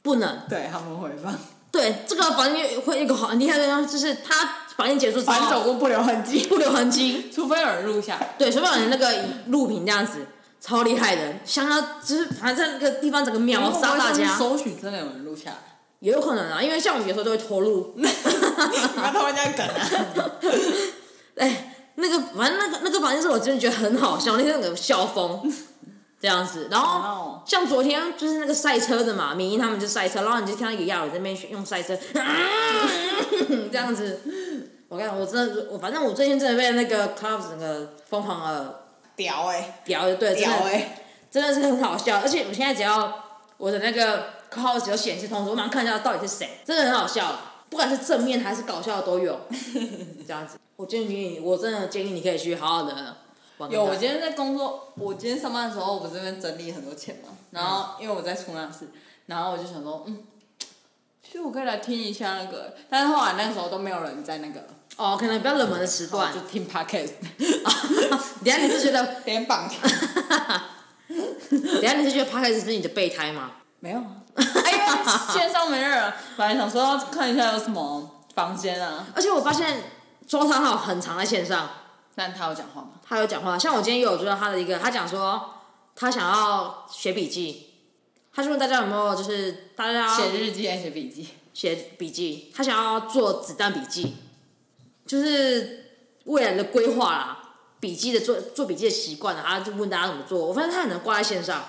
Speaker 1: 不能。
Speaker 2: 对他们回放，
Speaker 1: 对，这个房间会有一个很厉害的地方，就是他房间结束之
Speaker 2: 反走
Speaker 1: 后
Speaker 2: 过不留痕迹，
Speaker 1: 不留痕迹。
Speaker 2: 除非有人录下来。
Speaker 1: 对，随便你那个录屏这样子，超厉害的，香蕉就是反正在那个地方整个秒杀大
Speaker 2: 因为我不会上去
Speaker 1: 家，
Speaker 2: 搜寻真的有人录 下来，
Speaker 1: 也有可能啊，因为像我们有时候都会偷 录，
Speaker 2: 不要他们家梗啊！
Speaker 1: 哎，那个反正那个那个房间是我真的觉得很好笑，那天有笑疯 这样子，然
Speaker 2: 哇
Speaker 1: 后
Speaker 2: 哦
Speaker 1: 像昨天就是那个赛车的嘛，明英他们就赛车，然后你就看到一个亚人在那边用赛车，啊这样子，我跟你讲，我真的我反正我最近真的被那个 club 整个疯狂的
Speaker 2: 屌哎，
Speaker 1: 屌，对，真的
Speaker 2: 屌哎，
Speaker 1: 真的是很好笑，而且我现在只要我的那个 cos 有显示通知，我马上看一下到底是谁，真的很好笑，不管是正面还是搞笑的都有， 这样子。我建议你，我真的建议你可以去好好的玩个
Speaker 2: 有，我
Speaker 1: 蛋。
Speaker 2: 今天在工作，我今天上班的时候，我不是这边整理很多钱嘛，然后
Speaker 1: 嗯
Speaker 2: 因为我在冲浪室，然后我就想说，嗯，其实我可以来听一下那个，但是后来那个时候都没有人在那个，
Speaker 1: 哦，可能比较冷门的时段
Speaker 2: 就。听 podcast，
Speaker 1: 等一下你是觉得，
Speaker 2: 连绑
Speaker 1: 等一下你是觉得 p o d c a s 是你的备胎吗？
Speaker 2: 没有啊，哎呀，线上没人啊，本来想说要看一下有什么房间啊，
Speaker 1: 而且我发现周汤好很常在线上，
Speaker 2: 但他有讲话吗？
Speaker 1: 他有讲话，像我今天也有追到他的一个，他讲说他想要写笔记，他就问大家有没有就是大家
Speaker 2: 写日记还是写笔记？
Speaker 1: 写笔记，他想要做子弹笔记，就是未来的规划啦，笔记的做做笔记的习惯啊，他就问大家怎么做。我发现他很能挂在线上，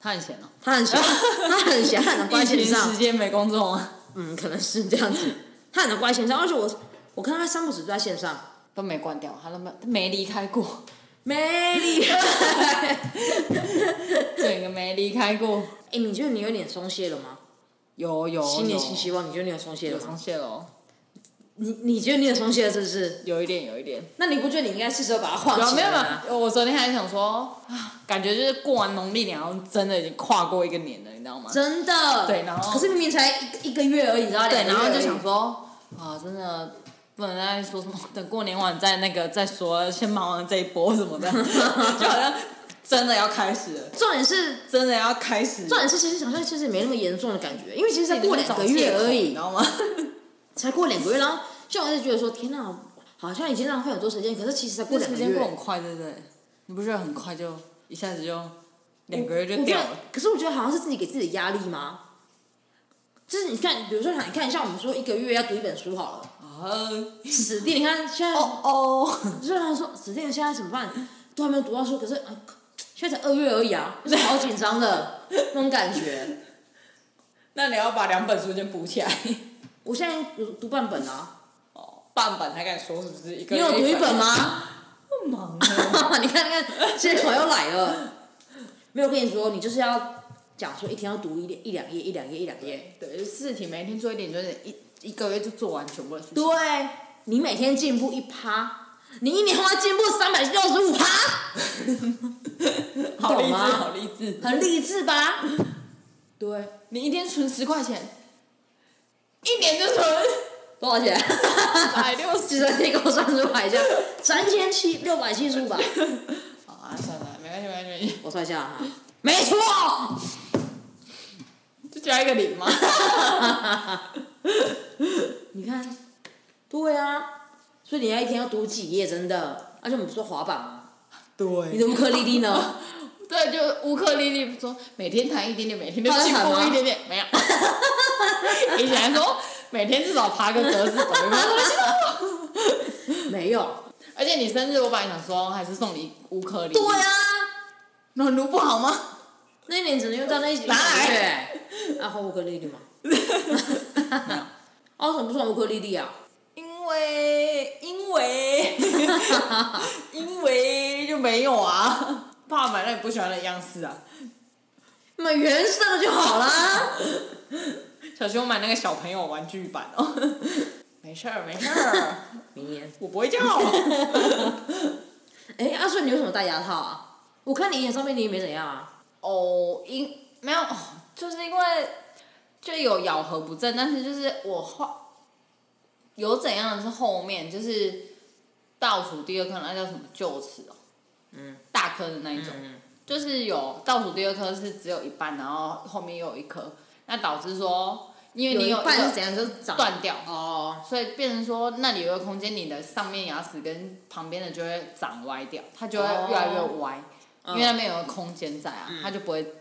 Speaker 2: 他很闲哦、
Speaker 1: 他很闲，他很闲，他哦很能挂
Speaker 2: 疫
Speaker 1: 在线
Speaker 2: 情
Speaker 1: 上
Speaker 2: 时，间没工作吗？
Speaker 1: 嗯，可能是这样子，他很能挂在线上，而且我我看他三不时都在线上，
Speaker 2: 都没关掉，他都没他没离开过，
Speaker 1: 没 理。
Speaker 2: 整个没离开过。
Speaker 1: 哎、你觉得你有点松懈了吗？
Speaker 2: 有有
Speaker 1: 新年
Speaker 2: 有
Speaker 1: 新希望，你觉得你有松懈
Speaker 2: 有
Speaker 1: 了
Speaker 2: 松
Speaker 1: 吗？
Speaker 2: 懈了哦，
Speaker 1: 你你觉得你有松懈了是不是？
Speaker 2: 有一点有一点。
Speaker 1: 那你不觉得你应该是时候把它画
Speaker 2: 有啊
Speaker 1: 起
Speaker 2: 没
Speaker 1: 来啊
Speaker 2: 有
Speaker 1: 了
Speaker 2: 没
Speaker 1: 吗？
Speaker 2: 有？我昨天还想说啊，感觉就是过完农历年，然后真的已经跨过一个年了，你知道吗？
Speaker 1: 真的。
Speaker 2: 对然后
Speaker 1: 可是明明才一个一个月而已，然后
Speaker 2: 对，然后就想
Speaker 1: 说，
Speaker 2: 说啊，真的不能再说什么，等过年完再那个再说，先忙完这一波什么 的，就好像真的要开始了，
Speaker 1: 重点是
Speaker 2: 真的要开始了。
Speaker 1: 重点是，其实好像其实也没那么严重的感觉，因为其实才
Speaker 2: 自己
Speaker 1: 过
Speaker 2: 在
Speaker 1: 两
Speaker 2: 找
Speaker 1: 个
Speaker 2: 借
Speaker 1: 月
Speaker 2: 口
Speaker 1: 而
Speaker 2: 你
Speaker 1: 已
Speaker 2: 知，道吗？
Speaker 1: 才过两个月，然后像我就觉得说，天哪，好像已经浪费很多时间，可是其实才过
Speaker 2: 这
Speaker 1: 两个
Speaker 2: 时间
Speaker 1: 月
Speaker 2: 过，很快，对不对？你不觉得很快就一下子就两个月
Speaker 1: 我
Speaker 2: 就
Speaker 1: 觉
Speaker 2: 掉
Speaker 1: 得
Speaker 2: 了？，
Speaker 1: 可是我觉得好像是自己给自己压力吗？就是你看，比如说你看，像我们说一个月要读一本书好了，
Speaker 2: 啊，
Speaker 1: 死定！你看现在
Speaker 2: 哦哦，
Speaker 1: 就是他说指定现在怎么办？都还没有读到书，可是啊，现在才二月而已啊，就是好紧张的那种感觉。
Speaker 2: 那你要把两本书先补起来。
Speaker 1: 我现在有读半本啊，
Speaker 2: 哦，半本还敢说是不是？一个
Speaker 1: 你
Speaker 2: 月
Speaker 1: 有读一本？吗？
Speaker 2: 不忙啊
Speaker 1: 你看，你看，借口又来了。没有，我跟你说，你就是要讲说一天要读一一两页，一两页，一两页。
Speaker 2: 对对，四题每天做一点，就是一一个月就做完全部的事情。
Speaker 1: 对，你每天进步一趴，你一年要进步三百六十五趴，
Speaker 2: 好励
Speaker 1: 懂
Speaker 2: 志，
Speaker 1: 吗
Speaker 2: 好励志。
Speaker 1: 很励志吧？
Speaker 2: 对，你一天存十块钱，一年就 存
Speaker 1: 多少钱？
Speaker 2: 百六
Speaker 1: 计
Speaker 2: 十。
Speaker 1: 算机给我算出来一下，三千七六百七十五吧。
Speaker 2: 好啊，算了，没关系，没关系，
Speaker 1: 我算一下哈，没错，
Speaker 2: 就加一个零嘛。
Speaker 1: 你看，对啊，所以你要一天要读几页，真的。而且我们不是说滑板吗？你
Speaker 2: 对。
Speaker 1: 的乌克丽丽呢？
Speaker 2: 对，就乌克丽丽说每天弹一点点，每天就
Speaker 1: 她有
Speaker 2: 进
Speaker 1: 弹
Speaker 2: 步
Speaker 1: 吗
Speaker 2: 一点点， 没有。以前还说每天至少爬个格子走，有没有
Speaker 1: 没有。
Speaker 2: 而且你生日，我本来想说还是送你乌克丽丽，
Speaker 1: 对啊，
Speaker 2: 那卢不好吗？
Speaker 1: 那一年只能用到那一
Speaker 2: 拿来
Speaker 1: 对，啊，画乌克丽 丽嘛。啊，为什么不算乌克丽丽啊？
Speaker 2: 因为因 为因为就没有啊，怕买到你不喜欢的样式啊。
Speaker 1: 买原色的就好啦。
Speaker 2: 小熊买那个小朋友玩具版 哦，没事儿没事儿，
Speaker 1: 明年，
Speaker 2: 我不会叫。
Speaker 1: 哎，阿顺，你为什么戴牙套啊？我看你眼上面你也没怎样啊。
Speaker 2: 哦，因没有， 哦就是因为就有咬合不正，但是就是我后有怎样的是后面就是倒数第二颗那叫什么臼齿哦，
Speaker 1: 嗯，
Speaker 2: 大颗的那一种，
Speaker 1: 嗯
Speaker 2: 就是有倒数第二颗是只有一半，然后后面又有一颗，那导致说因为你有
Speaker 1: 一半是
Speaker 2: 个
Speaker 1: 怎样，就是长
Speaker 2: 断掉，
Speaker 1: 哦，
Speaker 2: 所以变成说那里有个空间，你的上面牙齿跟旁边的就会长歪掉，它就会
Speaker 1: 哦
Speaker 2: 越来越歪，因为那边有个空间在
Speaker 1: 嗯
Speaker 2: 啊，它就不会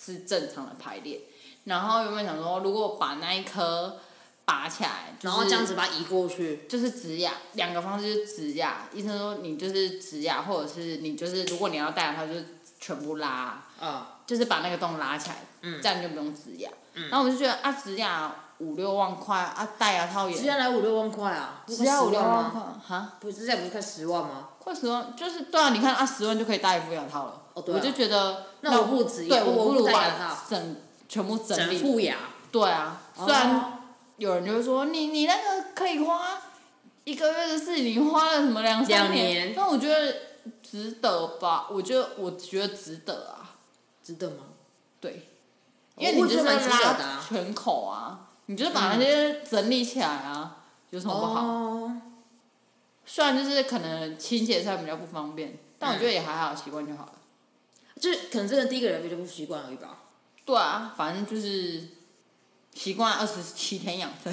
Speaker 2: 是正常的排列。然后原本想说，如果把那一颗拔起来，就是、
Speaker 1: 然后这样子把它移过去。
Speaker 2: 就是植牙，两个方式就是植牙。医生说你就是植牙，或者是你就是如果你要戴牙套，就是全部拉，
Speaker 1: 啊，
Speaker 2: 就是把那个洞拉起来，
Speaker 1: 嗯
Speaker 2: 这样就不用植牙。然后我就觉得啊，植牙五六万块啊，戴牙套也
Speaker 1: 直接来五六万块啊，不是
Speaker 2: 只要
Speaker 1: 快
Speaker 2: 五
Speaker 1: 十
Speaker 2: 六
Speaker 1: 万
Speaker 2: 万
Speaker 1: 吗？
Speaker 2: 块，哈，
Speaker 1: 不是现在不是快十万吗？
Speaker 2: 快十万，就是对啊，你看啊，十万就可以戴一副牙套了。
Speaker 1: 哦对啊
Speaker 2: 我就觉得
Speaker 1: 那我不止
Speaker 2: 对，
Speaker 1: 我
Speaker 2: 我不
Speaker 1: 不
Speaker 2: 如
Speaker 1: 戴
Speaker 2: 把
Speaker 1: 牙套
Speaker 2: 整全部整
Speaker 1: 整
Speaker 2: 理。
Speaker 1: 副牙，
Speaker 2: 对啊，
Speaker 1: 哦
Speaker 2: 虽然有人就会说你你那个可以花一个月的事，你花了什么两
Speaker 1: 两
Speaker 2: 三
Speaker 1: 年
Speaker 2: 但我觉得值得吧，我觉得我觉得值得啊，
Speaker 1: 值得吗？
Speaker 2: 对，
Speaker 1: 哦
Speaker 2: 因为你
Speaker 1: 我
Speaker 2: 就
Speaker 1: 觉得
Speaker 2: 是
Speaker 1: 蛮值得的
Speaker 2: 拉
Speaker 1: 啊嗯
Speaker 2: 全口啊，你就是把那些整理起来啊，有什么不好？
Speaker 1: 哦，
Speaker 2: 虽然就是可能清洁上比较不方便，
Speaker 1: 嗯
Speaker 2: 但我觉得也还好，习惯就好了。
Speaker 1: 就是可能真的第一个人比较不习惯而已 吧。
Speaker 2: 对啊，反正就是习惯二十七天养成。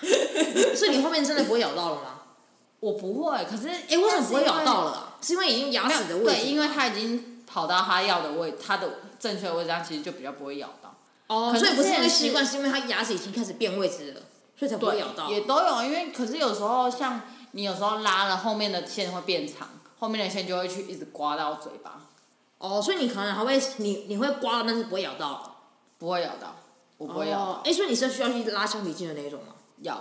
Speaker 1: 所以你后面真的不会咬到了吗？
Speaker 2: 我不会，可是
Speaker 1: 哎，为什么不会咬到
Speaker 2: 了？
Speaker 1: 了啊？是因为已经牙
Speaker 2: 没有
Speaker 1: 齿的位置？
Speaker 2: 对，因为它已经跑到它要的位，它的正确的位置，它其实就比较不会咬到。
Speaker 1: 哦，
Speaker 2: 可
Speaker 1: 所以
Speaker 2: 是
Speaker 1: 不是
Speaker 2: 之前
Speaker 1: 因为
Speaker 2: 是
Speaker 1: 习惯，是因为它牙齿已经开始变位置了，所以才不会咬到。
Speaker 2: 也都有，因为可是有时候像你有时候拉了，后面的线会变长，后面的线就会去一直刮到嘴巴，
Speaker 1: 哦，所以你可能还会你你会刮，但是不会咬到。
Speaker 2: 不会咬到，我不会咬到，
Speaker 1: 哦，哎，所以你是需要去拉橡皮筋的那一种吗？
Speaker 2: 咬。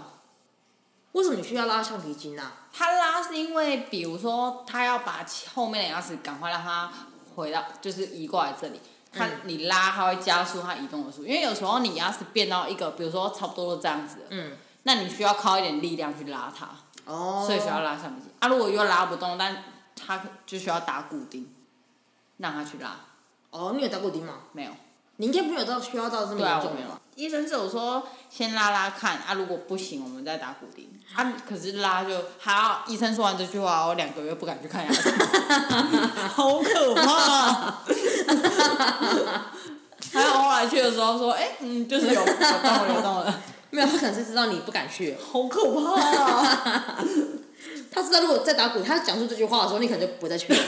Speaker 1: 为什么你需要拉橡皮筋啊？
Speaker 2: 它拉是因为，比如说它要把后面的牙齿赶快让它回到，就是移过来这里。它
Speaker 1: 嗯
Speaker 2: 你拉，它会加速它移动的速度，因为有时候你牙齿变到一个，比如说差不多都这样子了，
Speaker 1: 嗯，
Speaker 2: 那你需要靠一点力量去拉它。
Speaker 1: 哦，
Speaker 2: 所以需要拉橡皮筋。啊，如果又拉不动，但他就需要打骨钉，让他去拉。
Speaker 1: 哦，你有打过钉吗？
Speaker 2: 没有，
Speaker 1: 你应该没有到需要到这么
Speaker 2: 对啊
Speaker 1: 严，
Speaker 2: 我
Speaker 1: 重
Speaker 2: 没有
Speaker 1: 吧？。
Speaker 2: 医生只有说先拉拉看啊，如果不行我们再打骨钉啊。可是拉就好，医生说完这句话，我两个月不敢去看牙齿， 好可怕。 还有后来去的时候说，哎、嗯，就是有有动了，有动了，
Speaker 1: 没有，他可能是知道你不敢去。
Speaker 2: 好可怕、啊。
Speaker 1: 他知道如果再打鼓，他讲出这句话的时候，你可能就不再去了。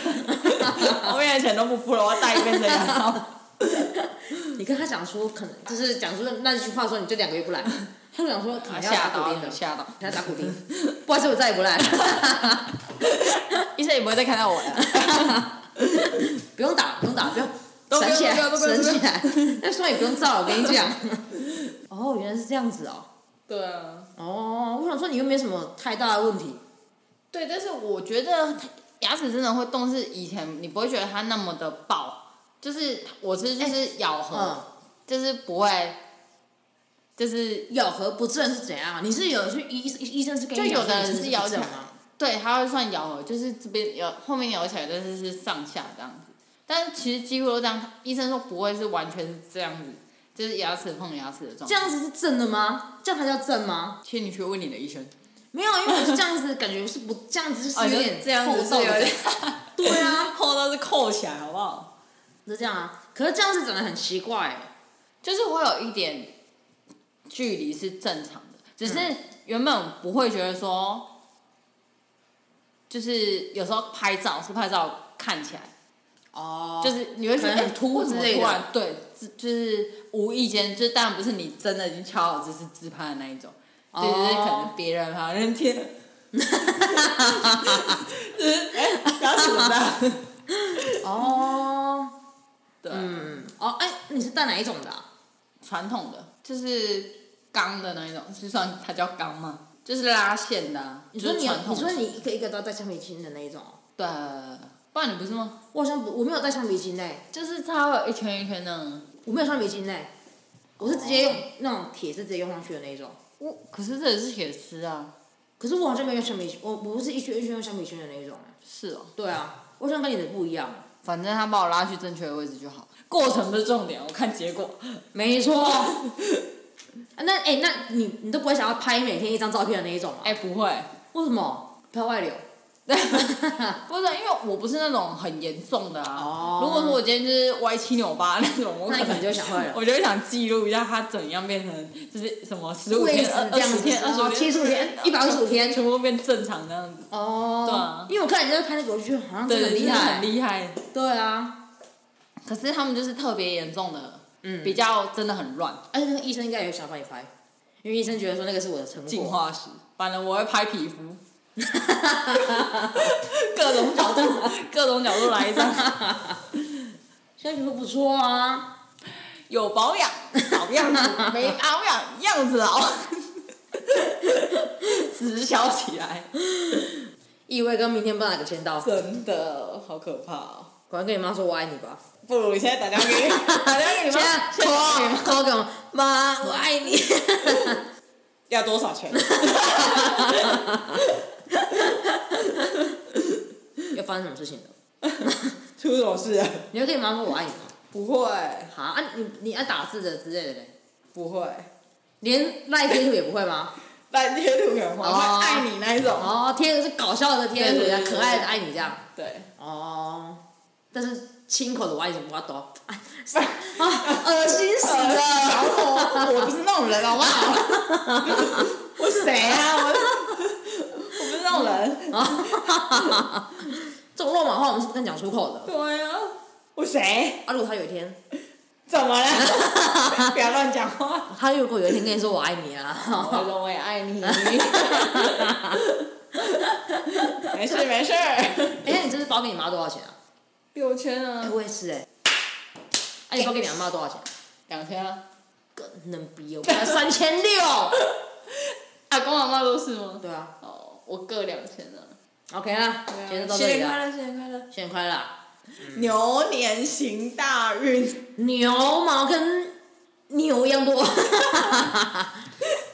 Speaker 2: 我连钱都不付了，我要带一辈子牙 套。
Speaker 1: 你跟他讲说，可能就是讲出那句话的时候，你就两个月不 来。他就想说，可能要
Speaker 2: 吓
Speaker 1: 打
Speaker 2: 到
Speaker 1: 骨钉的
Speaker 2: 了，，吓到。
Speaker 1: 可能要打骨钉。 不好意思，我再也不来了，
Speaker 2: 医生也不会再看到我了。
Speaker 1: 不用打，不用打，不用。
Speaker 2: 都不
Speaker 1: 省
Speaker 2: 用
Speaker 1: 起来，
Speaker 2: 都不用
Speaker 1: 省
Speaker 2: 都不用
Speaker 1: 起来。 那双也不用照，我跟你 讲。哦，原来是这样子哦。
Speaker 2: 对啊，
Speaker 1: 哦，我想说你又没什么太大的问题。
Speaker 2: 对，但是我觉得牙齿真的会动，是以前你不会觉得它那么的爆，就是我是就是咬合，
Speaker 1: 嗯，
Speaker 2: 就是不会，就是
Speaker 1: 咬合不正是怎样？啊你是有去医医医生是跟
Speaker 2: 就
Speaker 1: 你讲
Speaker 2: 有
Speaker 1: 说
Speaker 2: 的
Speaker 1: 你是不
Speaker 2: 人
Speaker 1: 是
Speaker 2: 是咬
Speaker 1: 不
Speaker 2: 起
Speaker 1: 正
Speaker 2: 来
Speaker 1: 吗？，
Speaker 2: 对，它会算咬合，就是这边咬后面咬起来，但是是上下这样子。但是其实几乎都这样，医生说不会是完全是这样子，就是牙齿碰牙齿的状
Speaker 1: 这
Speaker 2: 态。
Speaker 1: 样子是正的吗？这样才叫正吗？
Speaker 2: 其实你去问你的医生，
Speaker 1: 没有，因为我是这样子，感觉是不这样 子，是哦有点
Speaker 2: 厚
Speaker 1: 厚
Speaker 2: 道
Speaker 1: 道的感觉。 对啊，
Speaker 2: 厚到是扣起来好不好？
Speaker 1: 是这样啊。可是这样子长得很奇怪、
Speaker 2: 就是会有一点距离是正常的，只是原本不会觉得说，就是有时候拍照是拍照看起来，
Speaker 1: 哦
Speaker 2: 就是是你会觉
Speaker 1: 可
Speaker 2: 得
Speaker 1: 能很
Speaker 2: 哎
Speaker 1: 突兀
Speaker 2: 为什么
Speaker 1: 之类的
Speaker 2: 突然对，自就是无意间，就是当然不是你真的已经敲好姿势自拍的那一种，
Speaker 1: 哦
Speaker 2: 对，就是可能别人好像贴，就是哎，牙齿怎么办？
Speaker 1: 哦，
Speaker 2: 对，
Speaker 1: 嗯，哦，哎、你是戴哪一种的、啊？
Speaker 2: 传统的，就是钢的那一种，是算它叫钢吗？就是拉线的啊、
Speaker 1: 你
Speaker 2: 就
Speaker 1: 说
Speaker 2: 是
Speaker 1: 你有
Speaker 2: 传，统
Speaker 1: 你
Speaker 2: 的
Speaker 1: 说你一个一个都要戴橡皮筋的那一种哦？
Speaker 2: 对，不然你不是吗？
Speaker 1: 我好像不，我没有戴橡皮筋嘞，
Speaker 2: 就是它会有一圈一圈的。
Speaker 1: 我没有橡皮筋嘞，我是直接用、那种铁是直接用上去的那一种。
Speaker 2: 我可是这也是铁丝啊，
Speaker 1: 可是我好像没有用橡皮筋，我我不是一圈一圈用橡皮筋的那一种哎。
Speaker 2: 是哦。
Speaker 1: 对啊，我好像跟你的不一样。
Speaker 2: 反正他把我拉去正确的位置就好，过程不是重点，我看结果。
Speaker 1: 没 错。啊那哎、那你你都不会想要拍每天一张照片的那一种吗？
Speaker 2: 哎、不会，
Speaker 1: 为什么？怕外流。
Speaker 2: 不是因为我不是那种很严重的啊。
Speaker 1: 哦
Speaker 2: 如果说我今天就是歪七扭八那种，我
Speaker 1: 那你可能就想会了
Speaker 2: 我就会想记录一下它怎样变成就是什么十五
Speaker 1: 位
Speaker 2: 天
Speaker 1: 置、
Speaker 2: 二
Speaker 1: 这样
Speaker 2: 十
Speaker 1: 子
Speaker 2: 天、，
Speaker 1: 然后
Speaker 2: 二
Speaker 1: 七
Speaker 2: 哦十
Speaker 1: 十五天、 一百五十五天。
Speaker 2: 全部变正常那样子。
Speaker 1: 哦。
Speaker 2: 对啊
Speaker 1: 因为我看人家拍那个，我就觉得好像
Speaker 2: 对，
Speaker 1: 真的很厉
Speaker 2: 真的
Speaker 1: 害。
Speaker 2: 很厉害。
Speaker 1: 对啊，
Speaker 2: 可是他们就是特别严重的，
Speaker 1: 嗯
Speaker 2: 比较真的很乱，
Speaker 1: 而且那个医生应该也有想帮你拍，因为医生觉得说那个是我的成
Speaker 2: 进
Speaker 1: 果。
Speaker 2: 化史。反正我会拍皮肤， 各种角度， 各种角度来一张，
Speaker 1: 现在皮肤不错啊，
Speaker 2: 有保养，好样子，没保养，样子好， 直销起来，
Speaker 1: 意味跟明天不知道哪个先到。
Speaker 2: 真的好可怕、哦。
Speaker 1: 赶快跟你妈说我爱你吧。
Speaker 2: 不如你现在打电话 给你，打电话给你
Speaker 1: 现
Speaker 2: 妈，
Speaker 1: 在
Speaker 2: 现在打电话给你妈
Speaker 1: 拖拖给我妈，我爱 你。
Speaker 2: 要多少钱？
Speaker 1: 又发生什么事情了？
Speaker 2: 出什么事啊？
Speaker 1: 你会跟你妈说我爱你吗？
Speaker 2: 不会，
Speaker 1: 好啊，你你爱打字的之类的嘞，
Speaker 2: 不会。
Speaker 1: 连赖贴图也不会吗？
Speaker 2: 烂贴图可能
Speaker 1: 哦
Speaker 2: 会爱你那一种。
Speaker 1: 哦，贴的是搞笑的贴图，
Speaker 2: 对对对对
Speaker 1: 可爱的爱你这样。
Speaker 2: 对，
Speaker 1: 哦，但是亲口的我爱你怎么要 多？哎啊，恶心死了！
Speaker 2: 呃小我，我不是那种啊人，好不好？我谁啊？我我不是那种人，
Speaker 1: 这种肉麻话我们是不敢讲出口的。
Speaker 2: 对啊，我谁？
Speaker 1: 啊，如果他有一天，
Speaker 2: 怎么了？ 不要乱讲话。
Speaker 1: 他如果有一天跟你说我爱你啊，
Speaker 2: 我说我也爱你。没事没事，
Speaker 1: 哎、你这次包给你妈多少钱啊？
Speaker 2: 六千
Speaker 1: 哎、
Speaker 2: 啊，
Speaker 1: 我也是哎、哎、你包给你阿妈多少钱？
Speaker 2: 两千啊。
Speaker 1: 更能逼我，才三千六。
Speaker 2: 阿公阿啊妈都是吗？
Speaker 1: 对啊
Speaker 2: 哦，我各两千啊。
Speaker 1: ，OK 啦，今天就到这里了，
Speaker 2: 乐，新年快乐！
Speaker 1: 新年快乐啊！
Speaker 2: 牛年行大运，
Speaker 1: 牛毛跟牛一样多， 还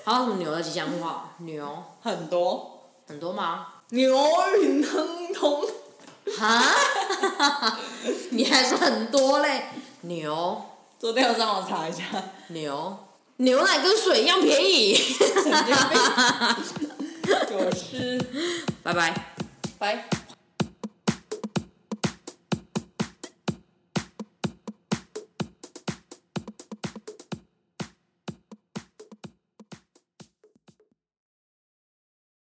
Speaker 1: 有什么牛的吉祥话？牛
Speaker 2: 很多
Speaker 1: 很多吗？
Speaker 2: 牛运亨通。
Speaker 1: 哈，啊 你还说很多嘞？牛
Speaker 2: 昨天我上网查一下，
Speaker 1: 牛牛奶跟水一样便宜，
Speaker 2: 神经病，有事，
Speaker 1: 拜拜。
Speaker 2: 拜。